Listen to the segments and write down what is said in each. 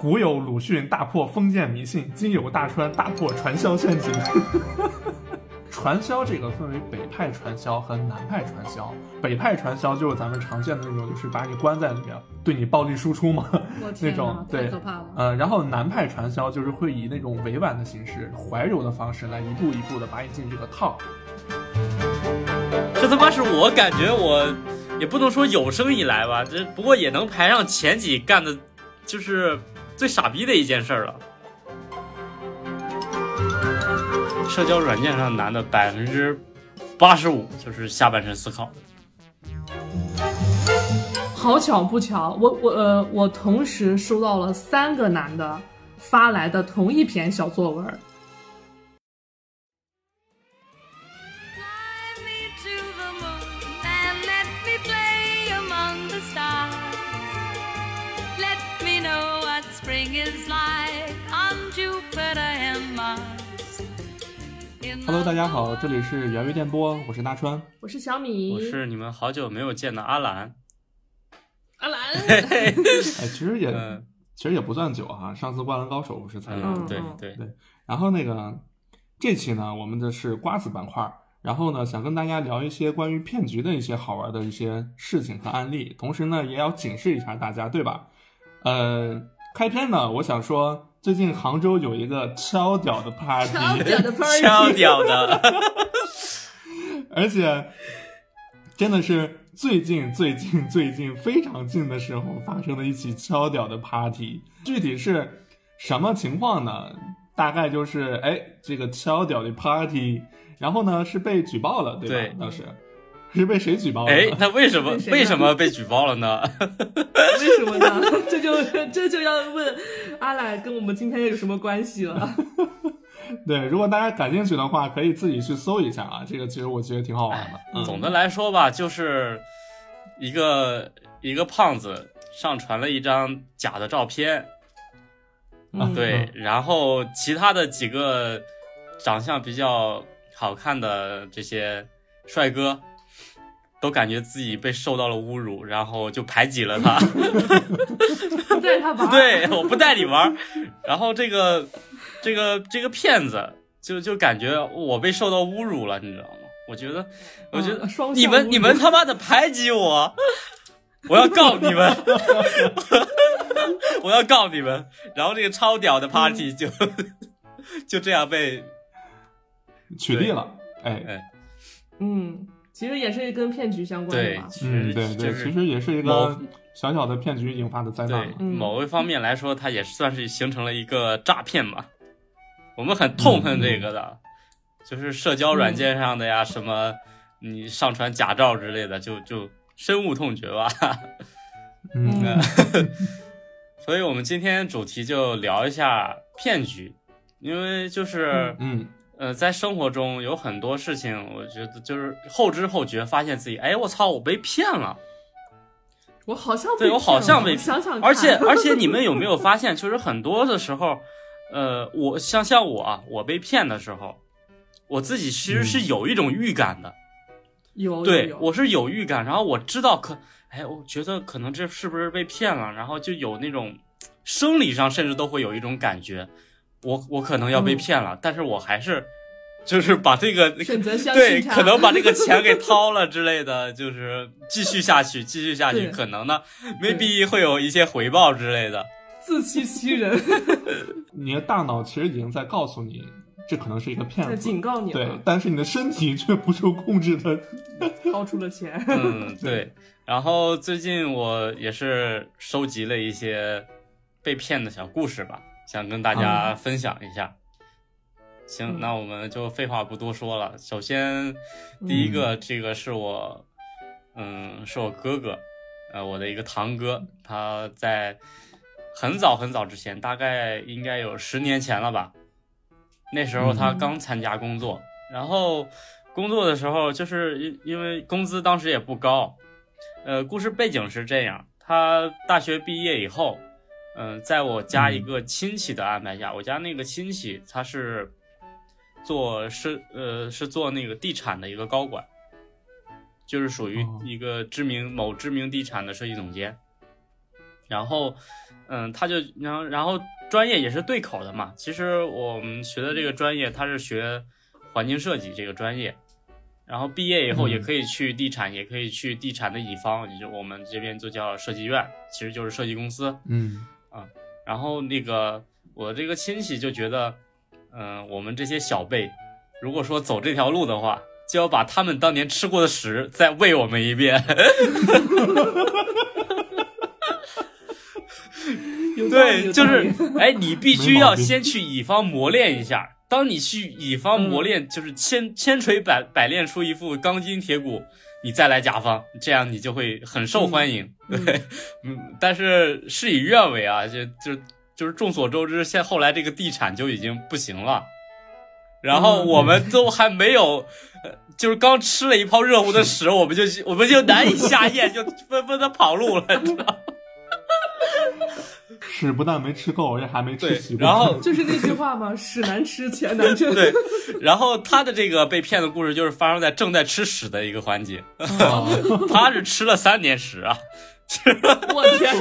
古有鲁迅大破封建迷信，今有大川大破传销陷阱。 传销这个分为北派传销和南派传销。北派传销就是咱们常见的那种，就是把你关在里面，对你暴力输出嘛， 我天那哪种太对可怕了。呃，然后南派传销就是会以那种委婉的形式、怀柔的方式来一步一步的把你进这个套。这他妈是我感觉我也不能说有生以来吧，这不过也能排上前几干的，就是最傻逼的一件事儿了。社交软件上男的百分之八十五就是下半身思考的，好巧不巧，我我呃，我同时收到了三个男的发来的同一篇小作文儿， Fly me to the moon and let me play among the stars. Let me know what spring is like on Jupiter and Mars. In Hello， the 大家好，这里是原味电波，我是大川。我是小米，我是你们好久没有见的阿兰。阿兰，哎，其实也、嗯其实也不算久哈、上次《灌篮高手》不是才聊、嗯，对嗯对，然后那个这期呢，我们的是瓜子板块儿，然后呢，想跟大家聊一些关于骗局的一些好玩的一些事情和案例，同时呢，也要警示一下大家，对吧？呃，开篇呢，我想说，最近杭州有一个超屌的 party，超屌的 party，超屌 的， 而且真的是最近最近 最近非常近的时候发生的一起超屌的 party，具体是什么情况呢？大概就是哎，这个超屌的 party，然后呢是被举报了，对吧？对当时是被谁举报了？哎，那为什么为什么为什么被举报了呢？为什么呢？这就这就要问阿兰跟我们今天有什么关系 了？ 对，如果大家感兴趣的话，可以自己去搜一下啊。这个其实我觉得挺好玩的。嗯，哎总的来说吧，就是一个一个胖子上传了一张假的照片，嗯对，然后其他的几个长相比较好看的这些帅哥，都感觉自己被受到了侮辱，然后就排挤了他。不带 他玩，，对，我不带你玩儿。然后这个这个这个骗子就就感觉我被受到侮辱了，你知道吗？我觉得，我觉得、嗯双向你侮们辱你们他妈的排挤我， 我要告你们， 我要告你们。然后这个超屌的 party 就、 就这样被嗯取缔了。哎，嗯，其实也是跟骗局相关的对吧，？其嗯，实对对，就是其实也是一某个小小的骗局引发的灾难对嘛。嗯某一方面来说，它也算是形成了一个诈骗嘛。我们很痛恨这个的，就是社交软件上的呀，什么你上传假照之类的，就就深恶痛绝吧。 嗯嗯，所以我们今天主题就聊一下骗局，因为就是、嗯，呃，在生活中有很多事情，我觉得就是后知后觉发现自己，哎，我操，我被骗了。我好像被对我好骗了像被想想看， 而且而且你们有没有发现，就是很多的时候，呃，我像像我啊，我被骗的时候，我自己其实嗯是有一种预感的，有有对有我是有预感，然后我知道可，哎，我觉得可能这是不是被骗了，然后就有那种生理上甚至都会有一种感觉，我我可能要被嗯骗了，但是我还是就是把这个选择相信对，他可能把这个钱给掏了之类的，就是继续下去，继续下去，对可能呢，maybe 会有一些回报之类的。 自欺欺 人，你的大脑其实已经在告诉你，这可能是一个在骗子警，告你对了，，但是你的身体却不受控制的，掏出了 钱，嗯，对。然后最近我也是收集了一些被骗的小故事吧，想跟大家分享一下。行嗯，那我们就废话不多说了。首先，第一个，这个是我，嗯，是我哥哥，呃，我的一个堂哥，他在很早很早之前，大概应该有十年前了吧。那时候他刚参加工作，然后工作的时候，就是因因为工资当时也不高。呃，故事背景是这样，他大学毕业以后，嗯、在我家一个亲戚的安排下，我家那个亲戚他是做是呃是做那个地产的一个高管，就是属于哦一个知名某知名地产的设计总监。然后，嗯，他就然后然后专业也是对口的嘛。其实我们学的这个专业，他是学环境设计这个专业，然后毕业以后也可以去地产，也可以去地产的乙方，也就我们这边就叫设计院，其实就是设计公司。嗯然后那个我这个亲戚就觉得，嗯、我们这些小辈，如果说走这条路的话，就要把他们当年吃过的屎再喂我们一遍。有道理对，有就道是理哎，你必须没毛要病先去乙方磨练一下。当你去乙方磨练，就是千千锤百百炼出一副钢筋铁骨，你再来甲方，这样你就会很受欢迎。嗯对， 嗯，但是事与愿违啊，就就就是众所周知，现后来这个地产就已经不行了。然后嗯我们都还没有，呃就是刚吃了一泡热乎的屎，我们就我们就难以下咽，就纷纷的跑路了，你知道吗？屎不但没吃够，而且还没吃对习，惯。然后 就是那句话嘛， 屎难吃，钱难 挣。对，然后他的这个被骗的故事就是发生在正在吃屎的一个环节，啊他是吃了三年屎啊，我天，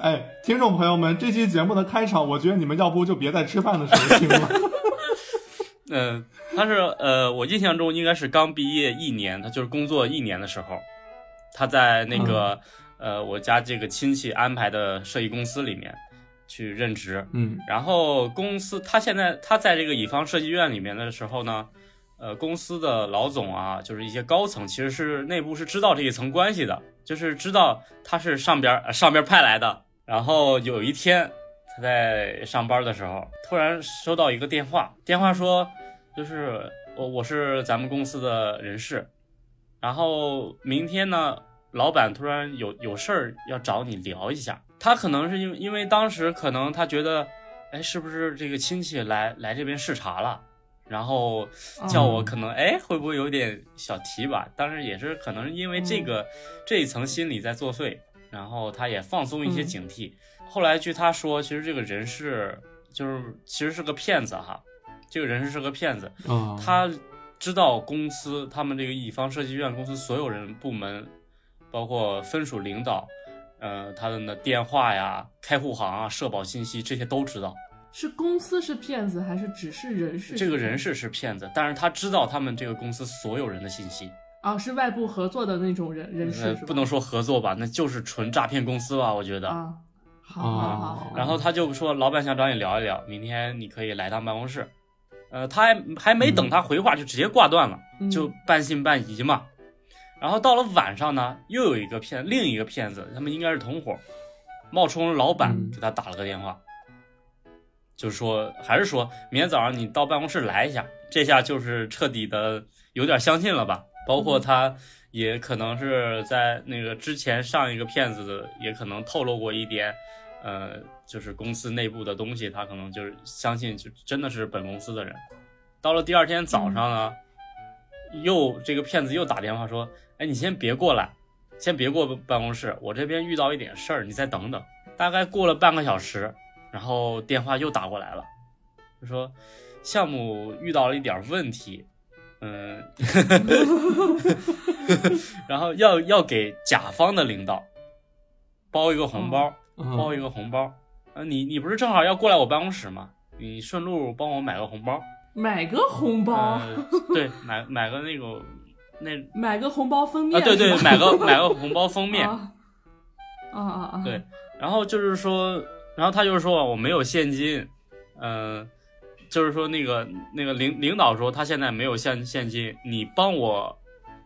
哎，听众朋友们，这期节目的开场，我觉得你们要不就别在吃饭的时候听了。嗯、他是呃，我印象中应该是刚毕业一年，他就是工作一年的时候，他在那个、呃我家这个亲戚安排的设计公司里面去任职，嗯然后公司他现在他在这个乙方设计院里面的时候呢，呃，公司的老总啊，就是一些高层，其实是内部是知道这一层关系的，就是知道他是上边儿、呃上边儿派来的。然后有一天他在上班的时候，突然收到一个电话，电话说就是我我是咱们公司的人事，然后明天呢，老板突然有有事儿要找你聊一下。他可能是因为因为当时可能他觉得，哎，是不是这个亲戚来来这边视察了，然后叫我嗯可能哎会不会有点小提拔？当时也是可能是因为这个、这一层心理在作祟，然后他也放松一些嗯警惕。后来据他说，其实这个人事就是其实是个骗子哈，这个人事是个骗子，啊，哦他知道公司他们这个乙方设计院公司所有人部门，包括分属领导，呃，他的那电话呀、开户行啊、社保信息这些都知道。是公司是骗子还是只是人事？这个人事是骗子，但是他知道他们这个公司所有人的信息，啊，是外部合作的那种人人事呃，是吧不能说合作吧，那就是纯诈骗公司吧，我觉得。啊。好好好，然后他就说，老板想找你聊一聊，明天你可以来趟办公室。呃，他还还没等他回话，就直接挂断了。嗯就半信半疑嘛。然后到了晚上呢，又有一个骗另一个骗子，他们应该是同伙，冒充老板嗯给他打了个电话，就说还是说明天早上你到办公室来一下。这下就是彻底的有点相信了吧？包括他也可能是在那个之前上一个骗子的，也可能透露过一点，呃，就是公司内部的东西，他可能就是相信就真的是本公司的人。到了第二天早上呢。又这个骗子又打电话说：“哎，你先别过来，先别过办公室，我这边遇到一点事儿，你再等等。”大概过了半个小时，然后电话又打过来了，就说项目遇到了一点问题，嗯， 然后要要给甲方的领导包一个红包，包嗯一个红包。啊，你你不是正好要过来我办公室吗？你顺路帮我买个红包。买个红包，呃，对，买买个那个那买个红包封面啊，对对，是吧 买个买个红包封面，啊啊啊啊！对，然后就是说，然后他就是说我没有现金，嗯、就是说那个那个领领导说他现在没有现现金，你帮我，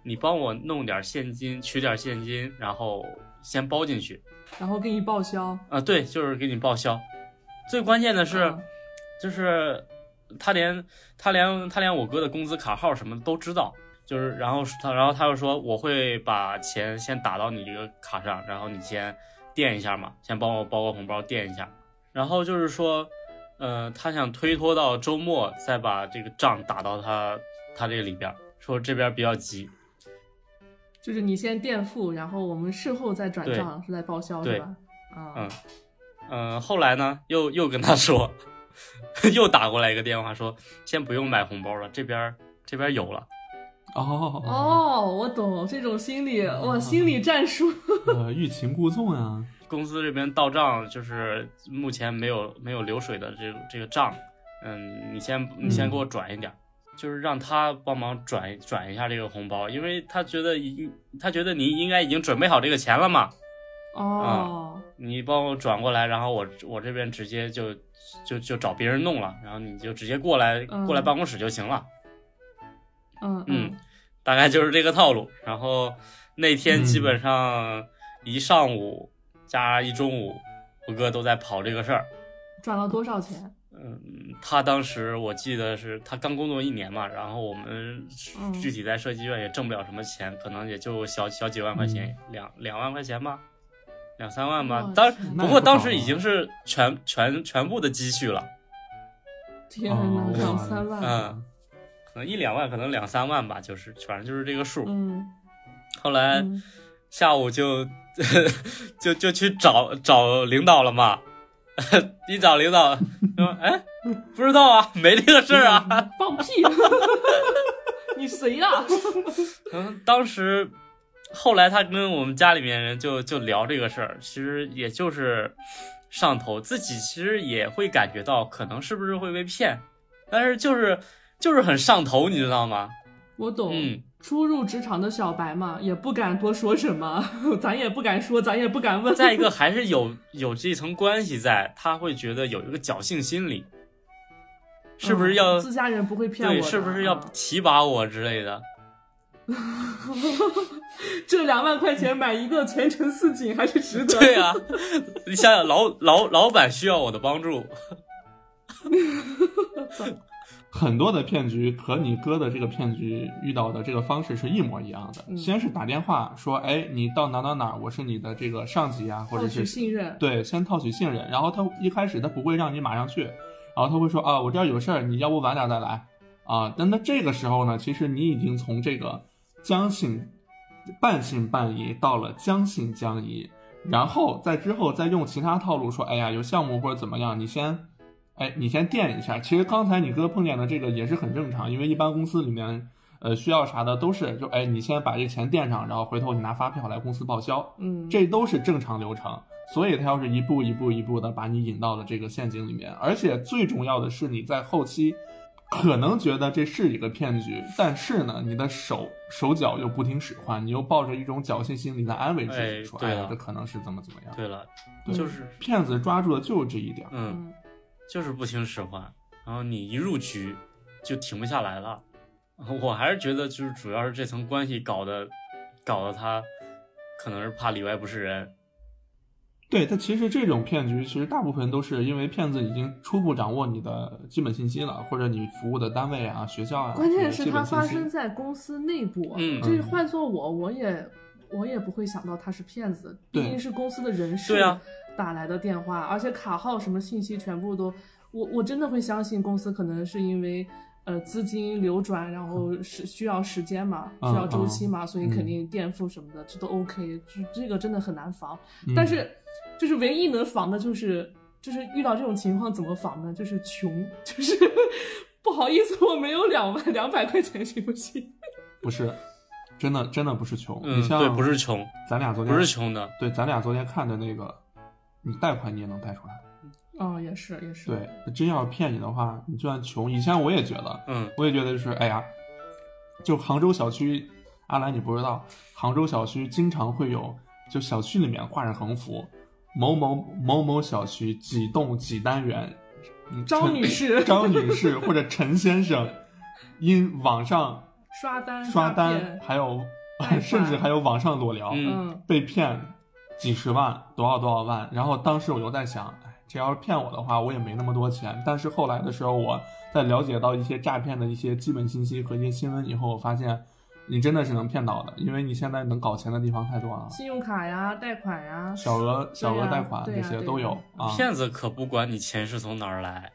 你帮我弄点现金，取点现金，然后先包进去，然后给你报销。啊、对，就是给你报销，最关键的是。啊就是他连他连他连我哥的工资卡号什么都知道，就是然后他然后他就说我会把钱先打到你这个卡上，然后你先垫一下嘛，先帮我包个红包垫一下，然后就是说，呃，他想推脱到周末再把这个账打到他他这里边儿，说这边儿比较急，就是你先垫付，然后我们事后再转对账，是在报销对是吧？啊嗯，嗯，后来呢，又又跟他说， 又打过来一个电话说，先不用买红包了，这边儿这边儿有了。哦，哦，我懂这种心理，哇，心理战术。呃，欲擒故纵啊，公司这边到账就是目前没有没有流水的这这个账，嗯，你先你先给我转一点儿，就是让他帮忙转转一下这个红包，因为他觉得已他觉得你应该已经准备好这个钱了嘛，哦，你帮我转过来，然后我我这边直接就就就找别人弄了，然后你就直接过来嗯过来办公室就行了，嗯嗯，大概就是这个套路。然后那天基嗯本上一上午加一中午，胡哥都在跑这个事儿。赚了多少钱？嗯，他当时我记得是他刚工作一年嘛，然后我们嗯具体在设计院也挣不了什么钱，可能也就小小几万块钱，嗯两两万块钱吧，两三万吧哇。当塞那不也过不当少啊时已了经是全全全部的积蓄了，天哪哦，两三万。嗯，可能一两万，可能两三万吧，就是反正就是这个数。嗯后来嗯下午就 就就去找找领导了嘛， 一找领导说：“哎，不知道啊，没这个事儿啊。”放屁！ 你谁啊呀、嗯，当时后来他跟我们家里面人就就聊这个事儿，其实也就是上头，自己其实也会感觉到可能是不是会被骗，但是就是就是很上头，你知道吗？我懂，嗯初入职场的小白嘛，也不敢多说什么， 咱也不敢说，咱也不敢问。再一个还是有 有这层关系在，他会觉得有一个侥幸心理，是不是要、嗯自家人不会骗我对，的？是不是要啊提拔我之 类的？这两万块钱买一个全程四锦还是值得？对啊，你想想老老老板需要我的帮助，很多的骗局和你哥的这个骗局遇到的这个方式是一模一样的。嗯先是打电话说，哎，你到哪哪哪儿，我是你的这个上级啊，或获者取是信任。对，先套取信任。然后他一开始他不会让你马上去，然后他会说啊，我这儿有事儿，你要不晚点再来啊。但那这个时候呢，其实你已经从这个将信半信半疑到了将信将疑，然后在之后再用其他套路说，哎呀，有项目或者怎么样，你先。哎，你先垫一下。其实刚才你哥碰见的这个也是很正常，因为一般公司里面，呃，需要啥的都是就哎，你先把这钱垫上，然后回头你拿发票来公司报销。嗯，这都是正常流程。所以他要是一步一步一步的把你引到了这个陷阱里面，而且最重要的是你在后期可能觉得这是一个骗局，但是呢，你的手手脚又不听使唤，你又抱着一种侥幸心理在安慰自哎己，说：“对哎啊呀，这可能是怎么怎么样。对了，对就是”骗子抓住的就是这一点儿。嗯。嗯就是不听使唤，然后你一入局就停不下来了。我还是觉得就是主要是这层关系搞的，搞得他可能是怕里外不是人。对，但其实这种骗局，其实大部分都是因为骗子已经初步掌握你的基本信息了，或者你服务的单位啊、学校啊，关你键的是基它本信发息生在公司内部，啊嗯这换做我，我也我也不会想到他是骗子，毕对竟是公司的人事对啊打来的电话，而且卡号什么信息全部都，我我真的会相信公司可能是因为。呃，资金流转，然后是需要时间嘛，嗯需要周期嘛，所以肯嗯定垫付什么的，这都 OK，这这个真的很难防。嗯但是就是唯一能防的就是就是遇到这种情况怎么防呢？就是穷，就是不好意思，我没有两万两百块钱，行不行？不是，真的真的不是穷。嗯，你像对，不是穷，咱俩昨天不是穷的，对，咱俩昨天看的那个，你贷款你也能贷出来。哦，也是也是，对，真要骗你的话，你就算穷，以前我也觉得，嗯，我也觉得就是，哎呀，就杭州小区，阿兰你不知道，杭州小区经常会有，就小区里面挂着横幅，某某某某小区几栋几单元，嗯张陈女士张女士或者陈先生，因网上刷单刷诈单，骗还有贷 款甚至还有网上裸聊，嗯嗯被骗几十万，多少多少万。然后当时我就在想，哎，这要是骗我的话，我也没那么多钱。但是后来的时候，我在了解到一些诈骗的一些基本信息和一些新闻以后，我发现你真的是能骗到的，因为你现在能搞钱的地方太多了，信用卡呀、贷款呀，小额小额贷款对这呀些都有啊。骗子可不管你钱是从哪儿来，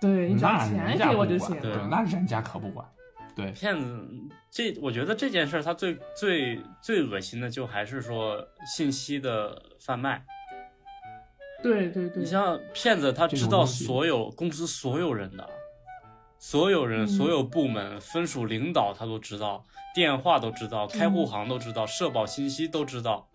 对你只要那钱人家给不我管，就行对了。那人家可不管。对，骗子这我觉得这件事儿他最最最恶心的就还是说信息的贩卖。对对对，你像骗子，他知这种道东西所有公司所有人的，所有人、嗯所有部门、分属领导他都知道，电话都知道，开嗯户行都知道，社保信息都知道。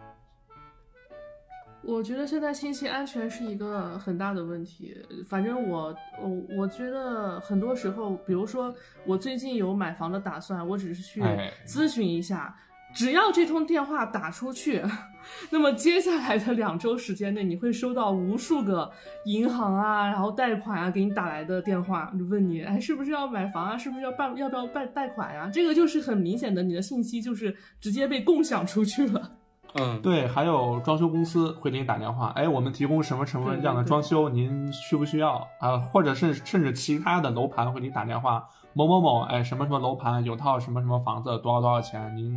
我觉得现在信息安全是一个很大的问题。反正我，我我觉得很多时候，比如说我最近有买房的打算，我只是去哎咨询一下。只要这通电话打出去， 那么接下来的两周时间内，你会收到无数个银行啊，然后贷款啊给你打来的电话，问你哎是不是要买房啊，是不是要办要不要办贷款呀、这个就是很明显的，你的信息就是直接被共享出去了。嗯，对，还有装修公司会给你打电话，哎，我们提供什么什么样的装修，您需不需要啊？或者甚甚至其他的楼盘会给你打电话，某某某，哎，什么什么楼盘有套什么什么房子，多少多少钱，您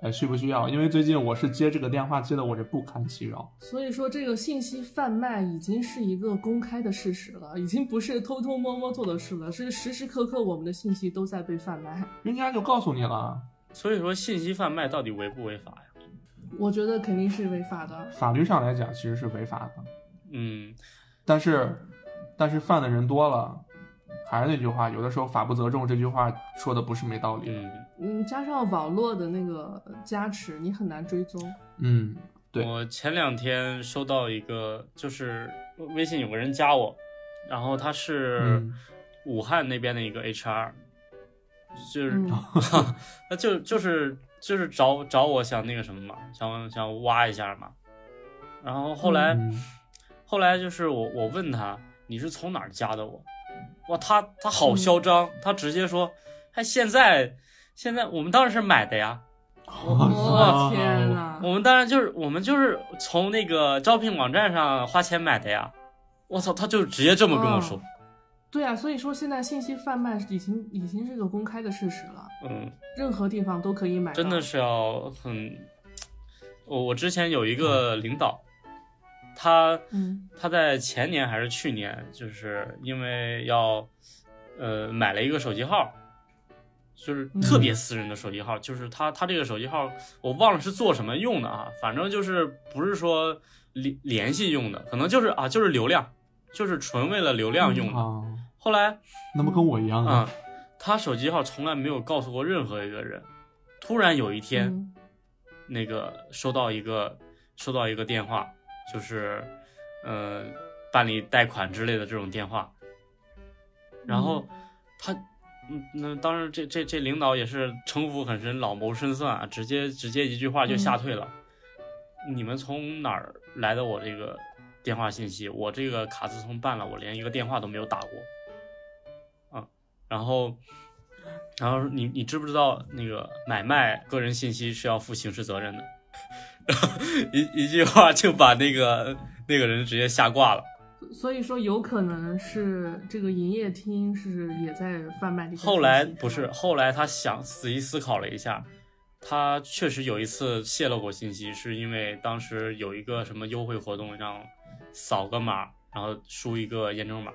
哎需不需要？因为最近我是接这个电话接的，我是不堪其扰。所以说，这个信息贩卖已经是一个公开的事实了，已经不是偷偷摸摸做的事了，是时时刻刻我们的信息都在被贩卖。人家就告诉你了，所以说信息贩卖到底违不违法呀？我觉得肯定是违法的。法律上来讲其实是违法的，嗯，但是但是犯的人多了，还是那句话，有的时候法不责众这句话说的不是没道理的。嗯，嗯，加上网络的那个加持，你很难追踪。嗯，对我前两天收到一个，就是微信有个人加我，然后他是嗯武汉那边的一个 HR，、就是、嗯 那就就是就是找找我想那个什么嘛，想想挖一下嘛。然后后来、嗯后来就是我我问他你是从哪儿加的我，哇他他好嚣张，他直接说，哎现在现在我们当然是买的呀，我、天啊哪！我们当然就是我们就是从那个招聘网站上花钱买的呀。我操，他就直接这么跟我说，对啊，所以说现在信息贩卖已经已经是个公开的事实了，嗯，任何地方都可以买到。真的是要很。我我之前有一个领导，他嗯他在前年还是去年，就是因为要呃买了一个手机号，就是特别私人的手机号，就是他他这个手机号我忘了是做什么用的啊，反正就是不是说联联系用的，可能就是啊就是流量，就是纯为了流量用的。啊，后来那不跟我一样啊啊？，他手机号从来没有告诉过任何一个人，突然有一天。嗯那个收到一个收到一个电话，就是呃办理贷款之类的这种电话，然后他嗯那当时这这这领导也是城府很深，老谋深算啊，直接直接一句话就吓退了。你们从哪儿来的我这个电话信息？我这个卡自从办了，我连一个电话都没有打过啊。然后，然后你你知不知道那个买卖个人信息是要负刑事责任的？ 然后一一句话就把那个那个人直接吓挂了。嗯所以说，有可能是这个营业厅是也在贩卖这些。后来不是，，后来他想仔细思考了一下，他确实有一次泄露过信息，是因为当时有一个什么优惠活动，让扫个码，然后输一个验证码。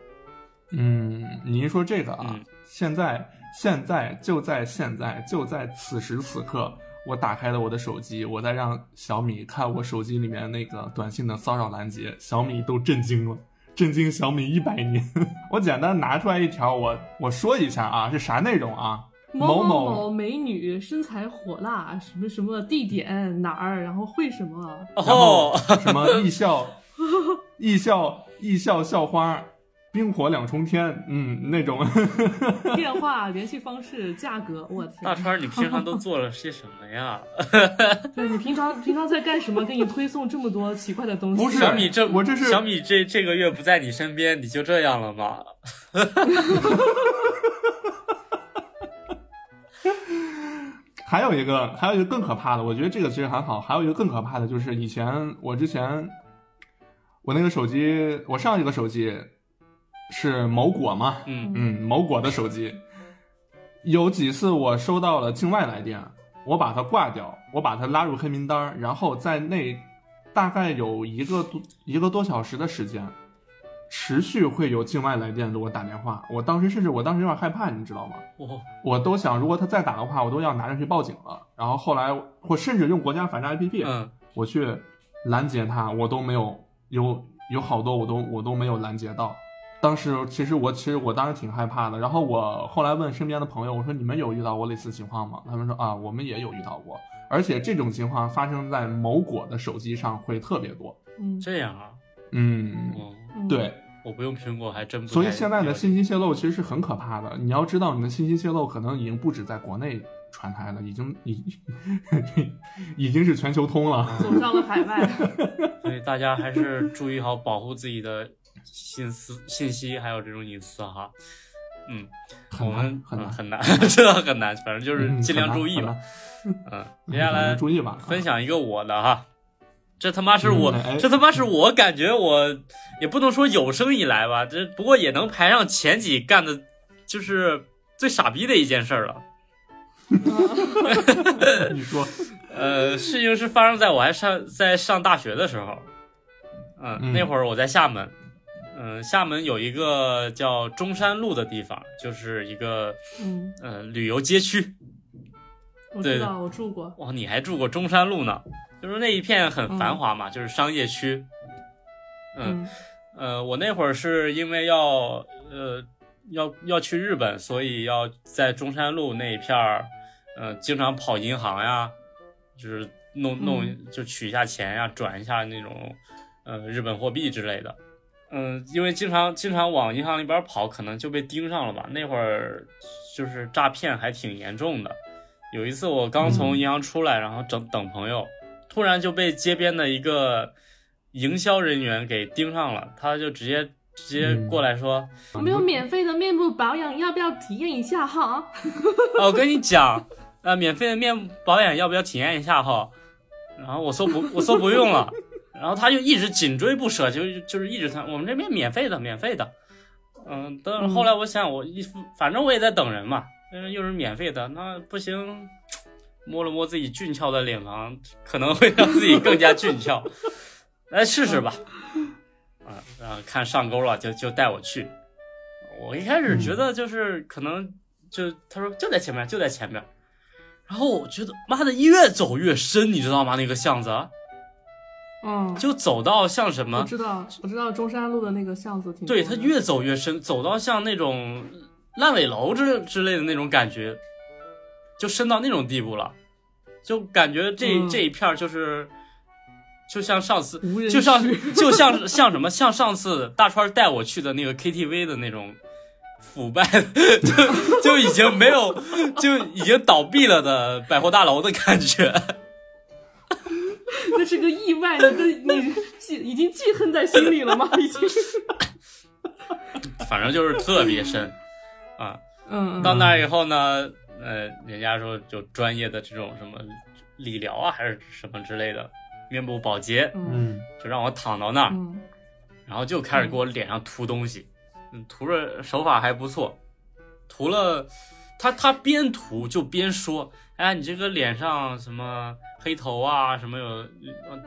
嗯，你一说这个啊，嗯现在现在就在现在就在此时此刻，我打开了我的手机，我在让小米看我手机里面那个短信的骚扰拦截，小米都震惊了。震惊小米一百年！ 我简单拿出来一条，我我说一下啊，是啥内容啊？某某某美女身材火辣，什么什么地点哪儿，然后会什么，然后哦，什么艺校，艺校艺校校花，冰火两重天，嗯，那种。电话、联系方式、价 格，我天！大川，你平常都做了些什么呀？对你平常平常在干什么？给你推送这么多奇怪的东 西？不是小米这我这是小米这这个月不在你身边，你就这样了吗？还有一个，还有一个更可怕的，我觉得这个其实还好。还有一个更可怕的就是，以前我之前我那个手机，我上一个手机是某果嘛，嗯嗯，某果的手机，有几次我收到了境外来电，我把它挂掉，我把它拉入黑名单儿，然后在那大概有一个多一个多小时的时间，持续会有境外来电给我打电话，我当时甚至我当时有点害怕，你知道吗？我我都想，如果他再打的话，我都要拿着去报警了。然后后来，或甚至用国家反诈 APP，、嗯我去拦截他，我都没有有有好多我都我都没有拦截到。当时其实我其实我当时挺害怕的，然后我后来问身边的朋友，我说你们有遇到过类似情况吗？他们说啊，我们也有遇到过，而且这种情况发生在某果的手机上会特别多。嗯，这样啊，嗯，嗯，嗯，对，我不用苹果还真不太。所以现在的信息泄露其实是很可怕的。你要知道，你的信息泄露可能已经不止在国内传开了，已经已已经 是全球通了。嗯走上了海 外。所以大家还是注意好保护自己的信思信息，还有这种隐私哈。嗯，很我难们很嗯难很难， 真的很难，反正就是 嗯尽量注意。很吧难。嗯，很接难下很来难注意吧，分享一个我的哈，这他妈是我嗯哎，这他妈是我感觉我也不能说有生以来吧，这不过也能排上前几干的，就是最傻逼的一件事儿了。你啊说，呃，事情是发生在我还上在上大学的时候，嗯，嗯那会儿我在厦门，嗯、厦门有一个叫中山路的地方，就是一个嗯，呃旅游街区。我对知道，我住过。哇，你还住过中山路呢？就是那一片很繁华嘛，就是商业区。嗯，嗯呃，我那会儿是因为要呃要要去日本，所以要在中山路那一片儿，呃，经常跑银行呀，就是弄弄就取一下钱呀，转一下那种呃日本货币之类的。嗯，因为经常经常往银行里边跑，可能就被盯上了吧。那会儿就是诈骗还挺严重的。有一次我刚从银行出来，然后等等朋友，突然就被街边的一个营销人员给盯上了，他就直接直接嗯过来说：“我们有免费的面部保养，要不要体验一下哈？ 哦，我跟你讲，呃，免费的面部保养要不要体验一下哈？然后我说不，我说不用了，然后他就一直紧追不舍，就就是一直他我们这边免费的，免费的。嗯，但是后来我想，我一反正我也在等人嘛，嗯，又是免费的，那不行，摸了摸自己俊俏的脸庞，可能会让自己更加俊俏，来试试吧。啊，然后看上钩了，就就带我去。我一开始觉得就是可能就他说就在前面，就在前面。然后我觉得妈的越走越深，你知道吗？那个巷子啊嗯，就走到像什我么？知道，我知道中山路的那个巷子挺多对，的。它越走越深，走到像那种烂尾楼之之类的那种感觉，就深到那种地步了，就感觉这、嗯这一片儿就是，就像上次无人就像区就像像什么，像上次大川带我去的那个 KTV 的那种腐败，就就已经没有，就已经倒闭了的百货大楼的感觉。 那是个意外，那个你记已经记恨在心里了吗？ 已经，反正就是特别深啊。嗯，到那儿以后呢，呃，人家说就专业的这种什么理疗啊，还是什么之类的，面部保洁，嗯嗯就让我躺到那儿，嗯然后就开始给我脸上涂东西，嗯，涂着手法还不错，涂了，他他边涂就边说，哎，你这个脸上什么黑头啊，什么有，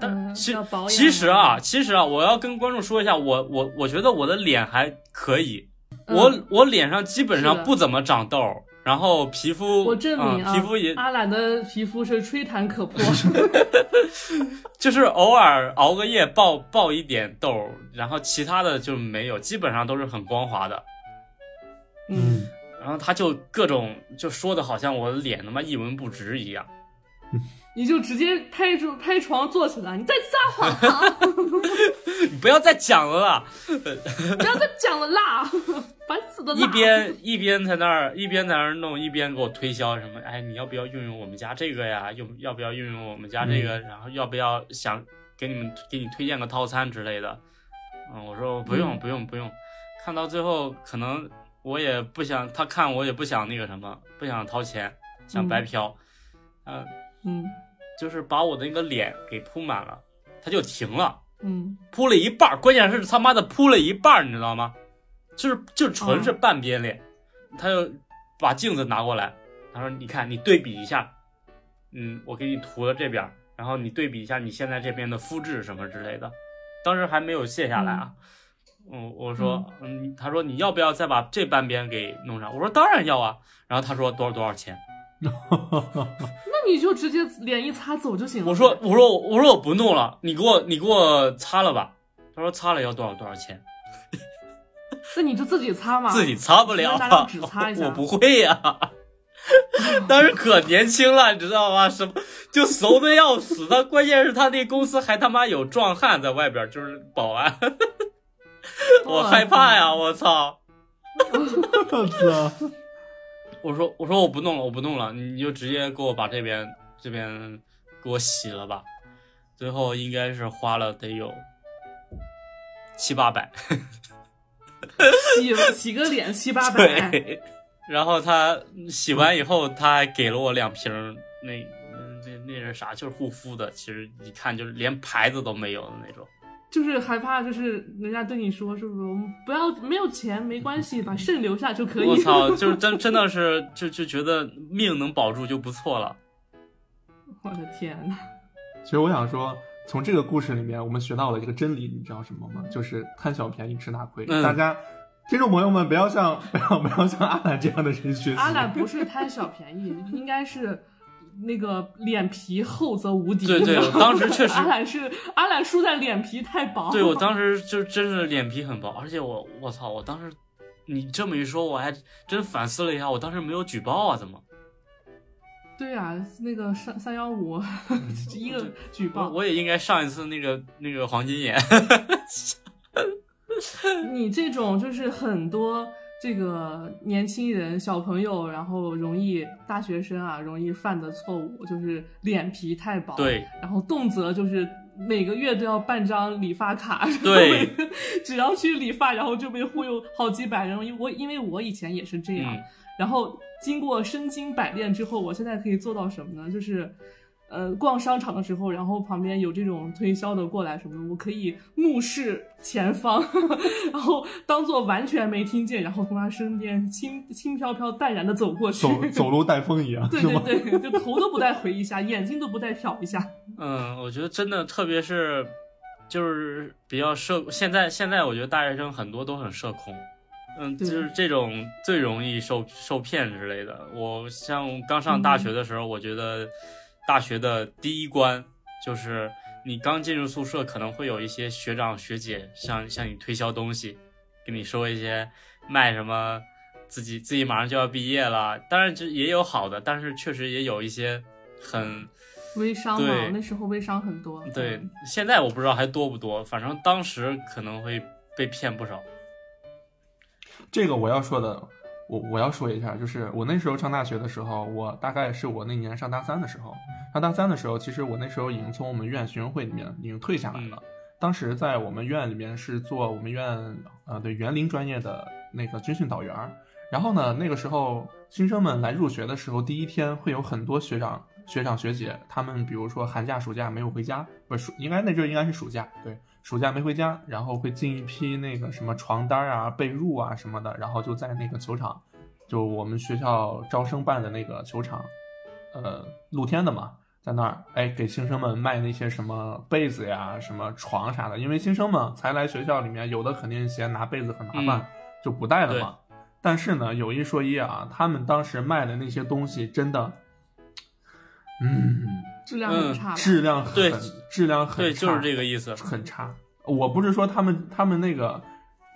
但嗯其要保养其实啊，啊其实啊，我要跟观众说一下，我我我觉得我的脸还可以，我我脸上基嗯本是上的不怎么长痘，然后皮肤我证明啊，嗯皮肤也阿懒的皮肤是吹弹可 破，就是偶尔熬个夜爆爆一点痘，然后其他的就没有，基本上都是很光滑的。 嗯，然后他就各种就说的好像我脸他妈一文不值一样， 你就直接拍住拍床坐起来，你在撒谎啊！你不要再讲 了啦！不要再讲了啦， 烦死的啦！一边一边在那儿一边在那儿弄，一边给我推销什么，哎，你要不要用用我们家这个呀？用要不要用用我们家这嗯个？然后要不要想给你们给你推荐个套餐之类的？嗯，我说不用嗯不用不用，看到最后可能我也不想他看我也不想那个什么，不想掏钱，想白嗯嫖，嗯、嗯就是把我的那个脸给铺满了，他就停了。嗯铺了一半儿，关键是他妈的铺了一半儿，你知道吗？就是就纯是半边脸，他就把镜子拿过来，他说：“你看，你对比一下，嗯，我给你涂了这边儿，然后你对比一下你现在这边的肤质什么之类的。”当时还没有卸下来啊，嗯，我说，嗯，他说你要不要再把这半边给弄上？我说当然要啊。然后他说多少多少钱？那你就直接脸一擦走就行了。我说我说我说我不弄了，你给我你给我擦了吧。他说擦了要多少多少钱？那你就自己擦嘛。自己擦不你了就拿张纸擦一，下 我不会呀、 当时可年轻了，你知道吗？什么就怂的要死。他关键是他那公司还他妈有壮汉在外边儿，就是保安，我害怕呀！我操！我操！我说我说我不弄了，我不弄了，你就直接给我把这边这边给我洗了吧。最后应该是花了得有七八百。洗洗个 脸七 八百，对，然后他洗完以后，他还给了我两瓶儿那那那是啥，就是护肤的，其实一看就是连牌子都没有的那种。就是害怕，就是人家对你说，是不是？我们不要没有钱没关系，把肾留下就可以。我操，就是真真的是就就觉得命能保住就不错了。 我的天呐，其实我想说，从这个故事里面，我们学到了一个真理，你知道什么吗？就是贪小便宜吃大亏。嗯大家听众朋友们，不要像 不要不要像阿兰这样的人学习。阿懒不是贪小便宜，应该是。那个脸皮厚则无敌。对对我当时确实阿懒是阿懒输在脸皮太薄。对我当时就真是脸皮很薄，而且我我操，我当时你这么一说，我还真反思了一下，我当时没有举报啊，怎么？对啊，那个三三幺五一个举嗯我报，我也应该上一次那个那个黄金眼。 你这种就是很多这个年轻人、小朋友，然后容易大学生啊，容易犯的错误就是脸皮太薄，，对然后动辄就是每个月都要办张理发 卡，对，只要去理发，然后就被忽悠好几百人。因为我因为我以前也是这样，嗯然后经过身经百炼之后，我现在可以做到什么呢？就是，呃，逛商场的时候，然后旁边有这种推销的过来什么的，我可以目视前方， 然后当做完全没听见，然后从他身边轻轻飘飘淡然的走过 去。走走路带风一样，对是吗？对对，就头都不带回一下，眼睛都不带瞟一下。嗯，我觉得真的，特别是就是比较社，现在现在我觉得大学生很多都很社恐，嗯，就对是这种最容易受受骗之类的。我像刚上大学的时候，我觉得大学的第一关就是你刚进入宿舍，可能会有一些学长学姐向向你推销东西，跟你说一些卖什么。自己自己马上就要毕业了，当然这也有好的，但是确实也有一些很微商嘛对，那时候微商很多。嗯对，现在我不知道还多不多，反正当时可能会被骗不少。这个我要说的，我我要说一下，就是我那时候上大学的时候，我大概是我那年上大三的时候，上大三的时候，其实我那时候已经从我们院学生会里面已经退下来了。当时在我们院里面是做我们院呃对园林专业的那个军训导员儿，然后呢，那个时候新生们来入学的时候，第一天会有很多学长、学长、学姐，他们比如说寒假、暑假没有回家，不是暑，应该那阵儿应该是暑假，对，暑假没回家，然后会进一批那个什么床单儿啊、被褥啊什么的，然后就在那个球场，就我们学校招生办的那个球场，呃，露天的嘛，在那儿，哎，给新生们卖那些什么被子呀、什么床啥的，因为新生嘛才来学校里面，有的肯定嫌拿被子很麻烦，嗯就不带了嘛。但是呢，有一说一啊，他们当时卖的那些东西真的，嗯，质量很嗯差吧。质量很对，质量很对，就是差这个意思。很差。我不是说他们他们那个，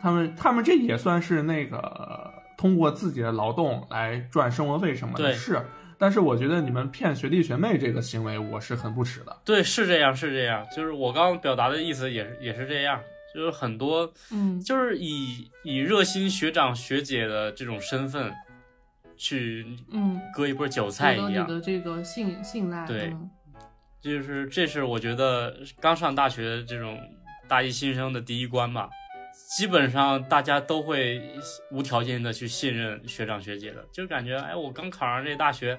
他们他们这也算是那个呃通过自己的劳动来赚生活费什么的，对是。但是我觉得你们骗学弟学妹这个行为，我是很不耻的。对，是这样，是这样。就是我刚刚表达的意思也是也是这样，就是很多嗯，就是以以热心学长学姐的这种身份去嗯，割一波韭菜取得一你样。的这个信信赖。对嗯就是这是我觉得刚上大学这种大一新生的第一关吧。基本上大家都会无条件的去信任学长学姐的，就感觉哎，我刚考上这大学，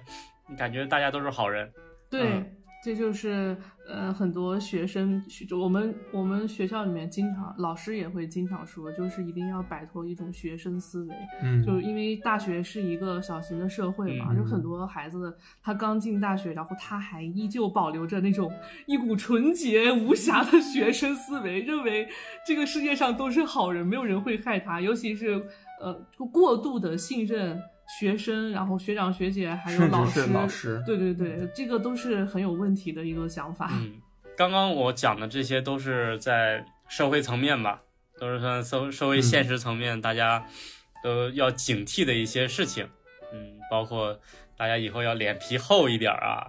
感觉大家都是好人。对，嗯这就是呃，很多学生，学我们我们学校里面经常老师也会经常说，就是一定要摆脱一种学生思维，嗯，就是因为大学是一个小型的社会嘛，嗯就很多孩子他刚进大学，然后他还依旧保留着那种一股纯洁无瑕的学生思维，认为这个世界上都是好人，没有人会害他，尤其是呃过度的信任学生，然后学长学姐还有甚老至师，是老师，嗯对对对，这个都是很有问题嗯的一个想法。嗯，刚刚我讲的这些都是在社会层面吧，都是算社社会现实层面大家都要警惕的一些事情，嗯，包括大家以后要脸皮厚一点儿啊，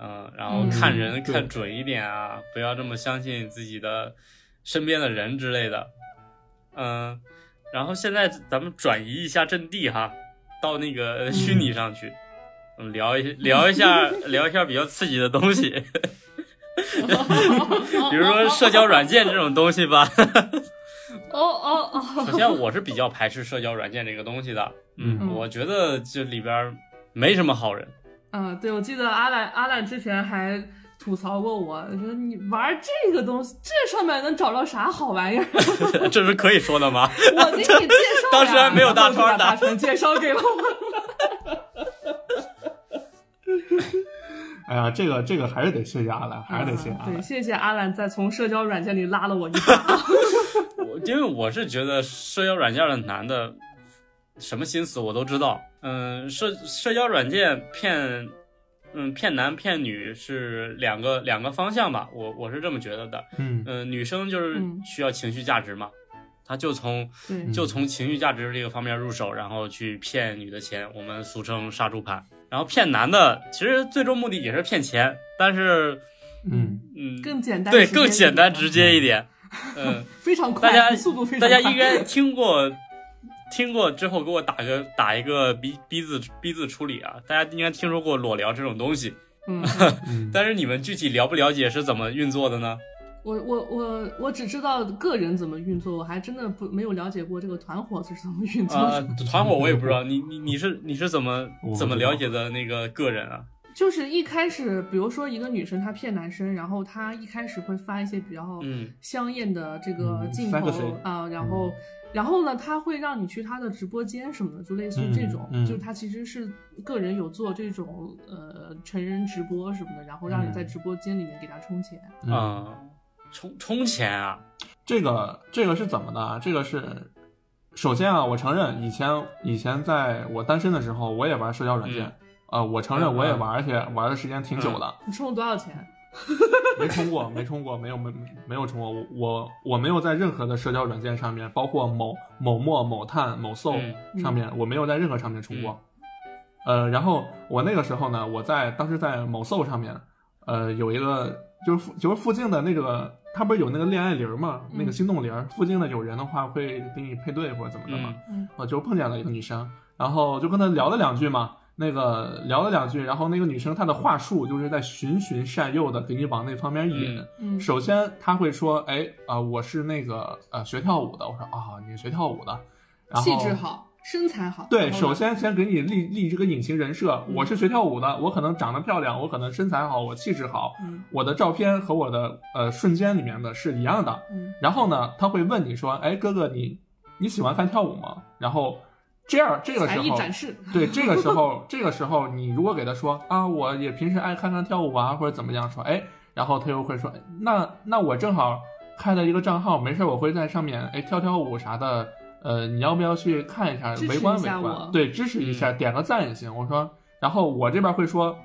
嗯，然后看人嗯对看准一点啊，不要这么相信自己的身边的人之类的，嗯，然后现在咱们转移一下阵地哈，到那个虚拟上去，嗯，聊一聊一下 聊一下比较刺激的东西，比如说社交软件这种东西吧。哦哦哦，首先，我是比较排斥社交软件这个东西的。嗯嗯我觉得这里边儿没什么好人。 嗯，对，我记得阿懒阿懒之前还吐槽过我，说你玩这个东西，这上面能找着啥好玩 意儿？这是可以说的吗？ 我给你介绍呀当时还没有大川呢然后就把大川介绍给了我。哎呀，这个这个还是得谢谢阿兰， 还是得谢谢阿嗯对，兰。谢谢阿兰在从社交软件里拉了我一把。 我因为我是觉得社交软件的男的什么心思我都知道。嗯，社社交软件骗，嗯骗男骗女是两个两个方向吧，我我是这么觉得的。嗯嗯、女生就是嗯需要情绪价值嘛，她就从对，就从情绪价值这个方面入手，然后去骗女的钱，我们俗称杀猪盘。然后骗男的，其实最终目的也是骗钱，但是嗯，嗯，更简单，对直接更简单一点直接一 点。嗯，非常快，大家速度非常大快。家应该听过，听过之后给我打个打一个逼逼字逼字处理啊！大家应该听说过裸聊这种东西，嗯，嗯但是你们具体了不了解是怎么运作的呢？我我我我只知道个人怎么运作，我还真的不没有了解过这个团伙是怎么 运作啊、的。团伙我也不知道，你你你是你是怎么我不知道怎么了解的那个个人啊？就是一开始，比如说一个女生她骗男生，然后她一开始会发一些比较嗯香艳的这个镜头嗯，sexy 啊、然后然后呢，她会让你去她的直播间什么的，就类似于这种，嗯嗯就是她其实是个人有做这种呃成人直播什么的，然后让你在嗯直播间里面给她充钱。啊、充充钱啊！这个这个是怎么的啊？这个是，首先啊，我承认以前以前在我单身的时候，我也玩社交软件，啊，我承认我也玩，而且玩的时间挺久的，你充了多少钱？ 没充过，没充过，没有没没有充过，我我我没有在任何的社交软件上面，包括某某陌、某探、某搜嗯上面，我没有在任何上面充过。呃，然后我那个时候呢，我在当时在某搜上面，呃，有一个就是附就是附近的那个，它不是有那个恋爱铃儿嘛，那个嗯心动铃儿，附近的有人的话会给你配对或者怎么的嘛。嗯我就碰见了一个女生，然后就跟她聊了两句嘛，那个聊了两句，然后那个女生她的话术就是在循循善诱的给你往那方面引。嗯，首先她会说，哎啊、我是那个呃学跳舞的，我说啊、你是学跳舞的，然后气质。好，身材好。对，然后呢首先先给你立立这个隐形人设，嗯我是学跳舞的，我可能长得漂亮，我可能身材好，我气质好，嗯我的照片和我的呃瞬间里面的是一样的，嗯然后呢，他会问你说：“哎，哥哥你，你喜欢看跳舞吗？”然后这样这个才时艺候，展示。对这个时候，这个时候你如果给他说啊，我也平时爱看看跳舞啊，或者怎么样说，哎，然后他又会说，哎那那我正好开了一个账号，没事儿我会在上面哎跳跳舞啥的，呃，你要不要去看一下支持，围观一围下观我，嗯对，支持一下，点个赞也行。我说，然后我这边会说。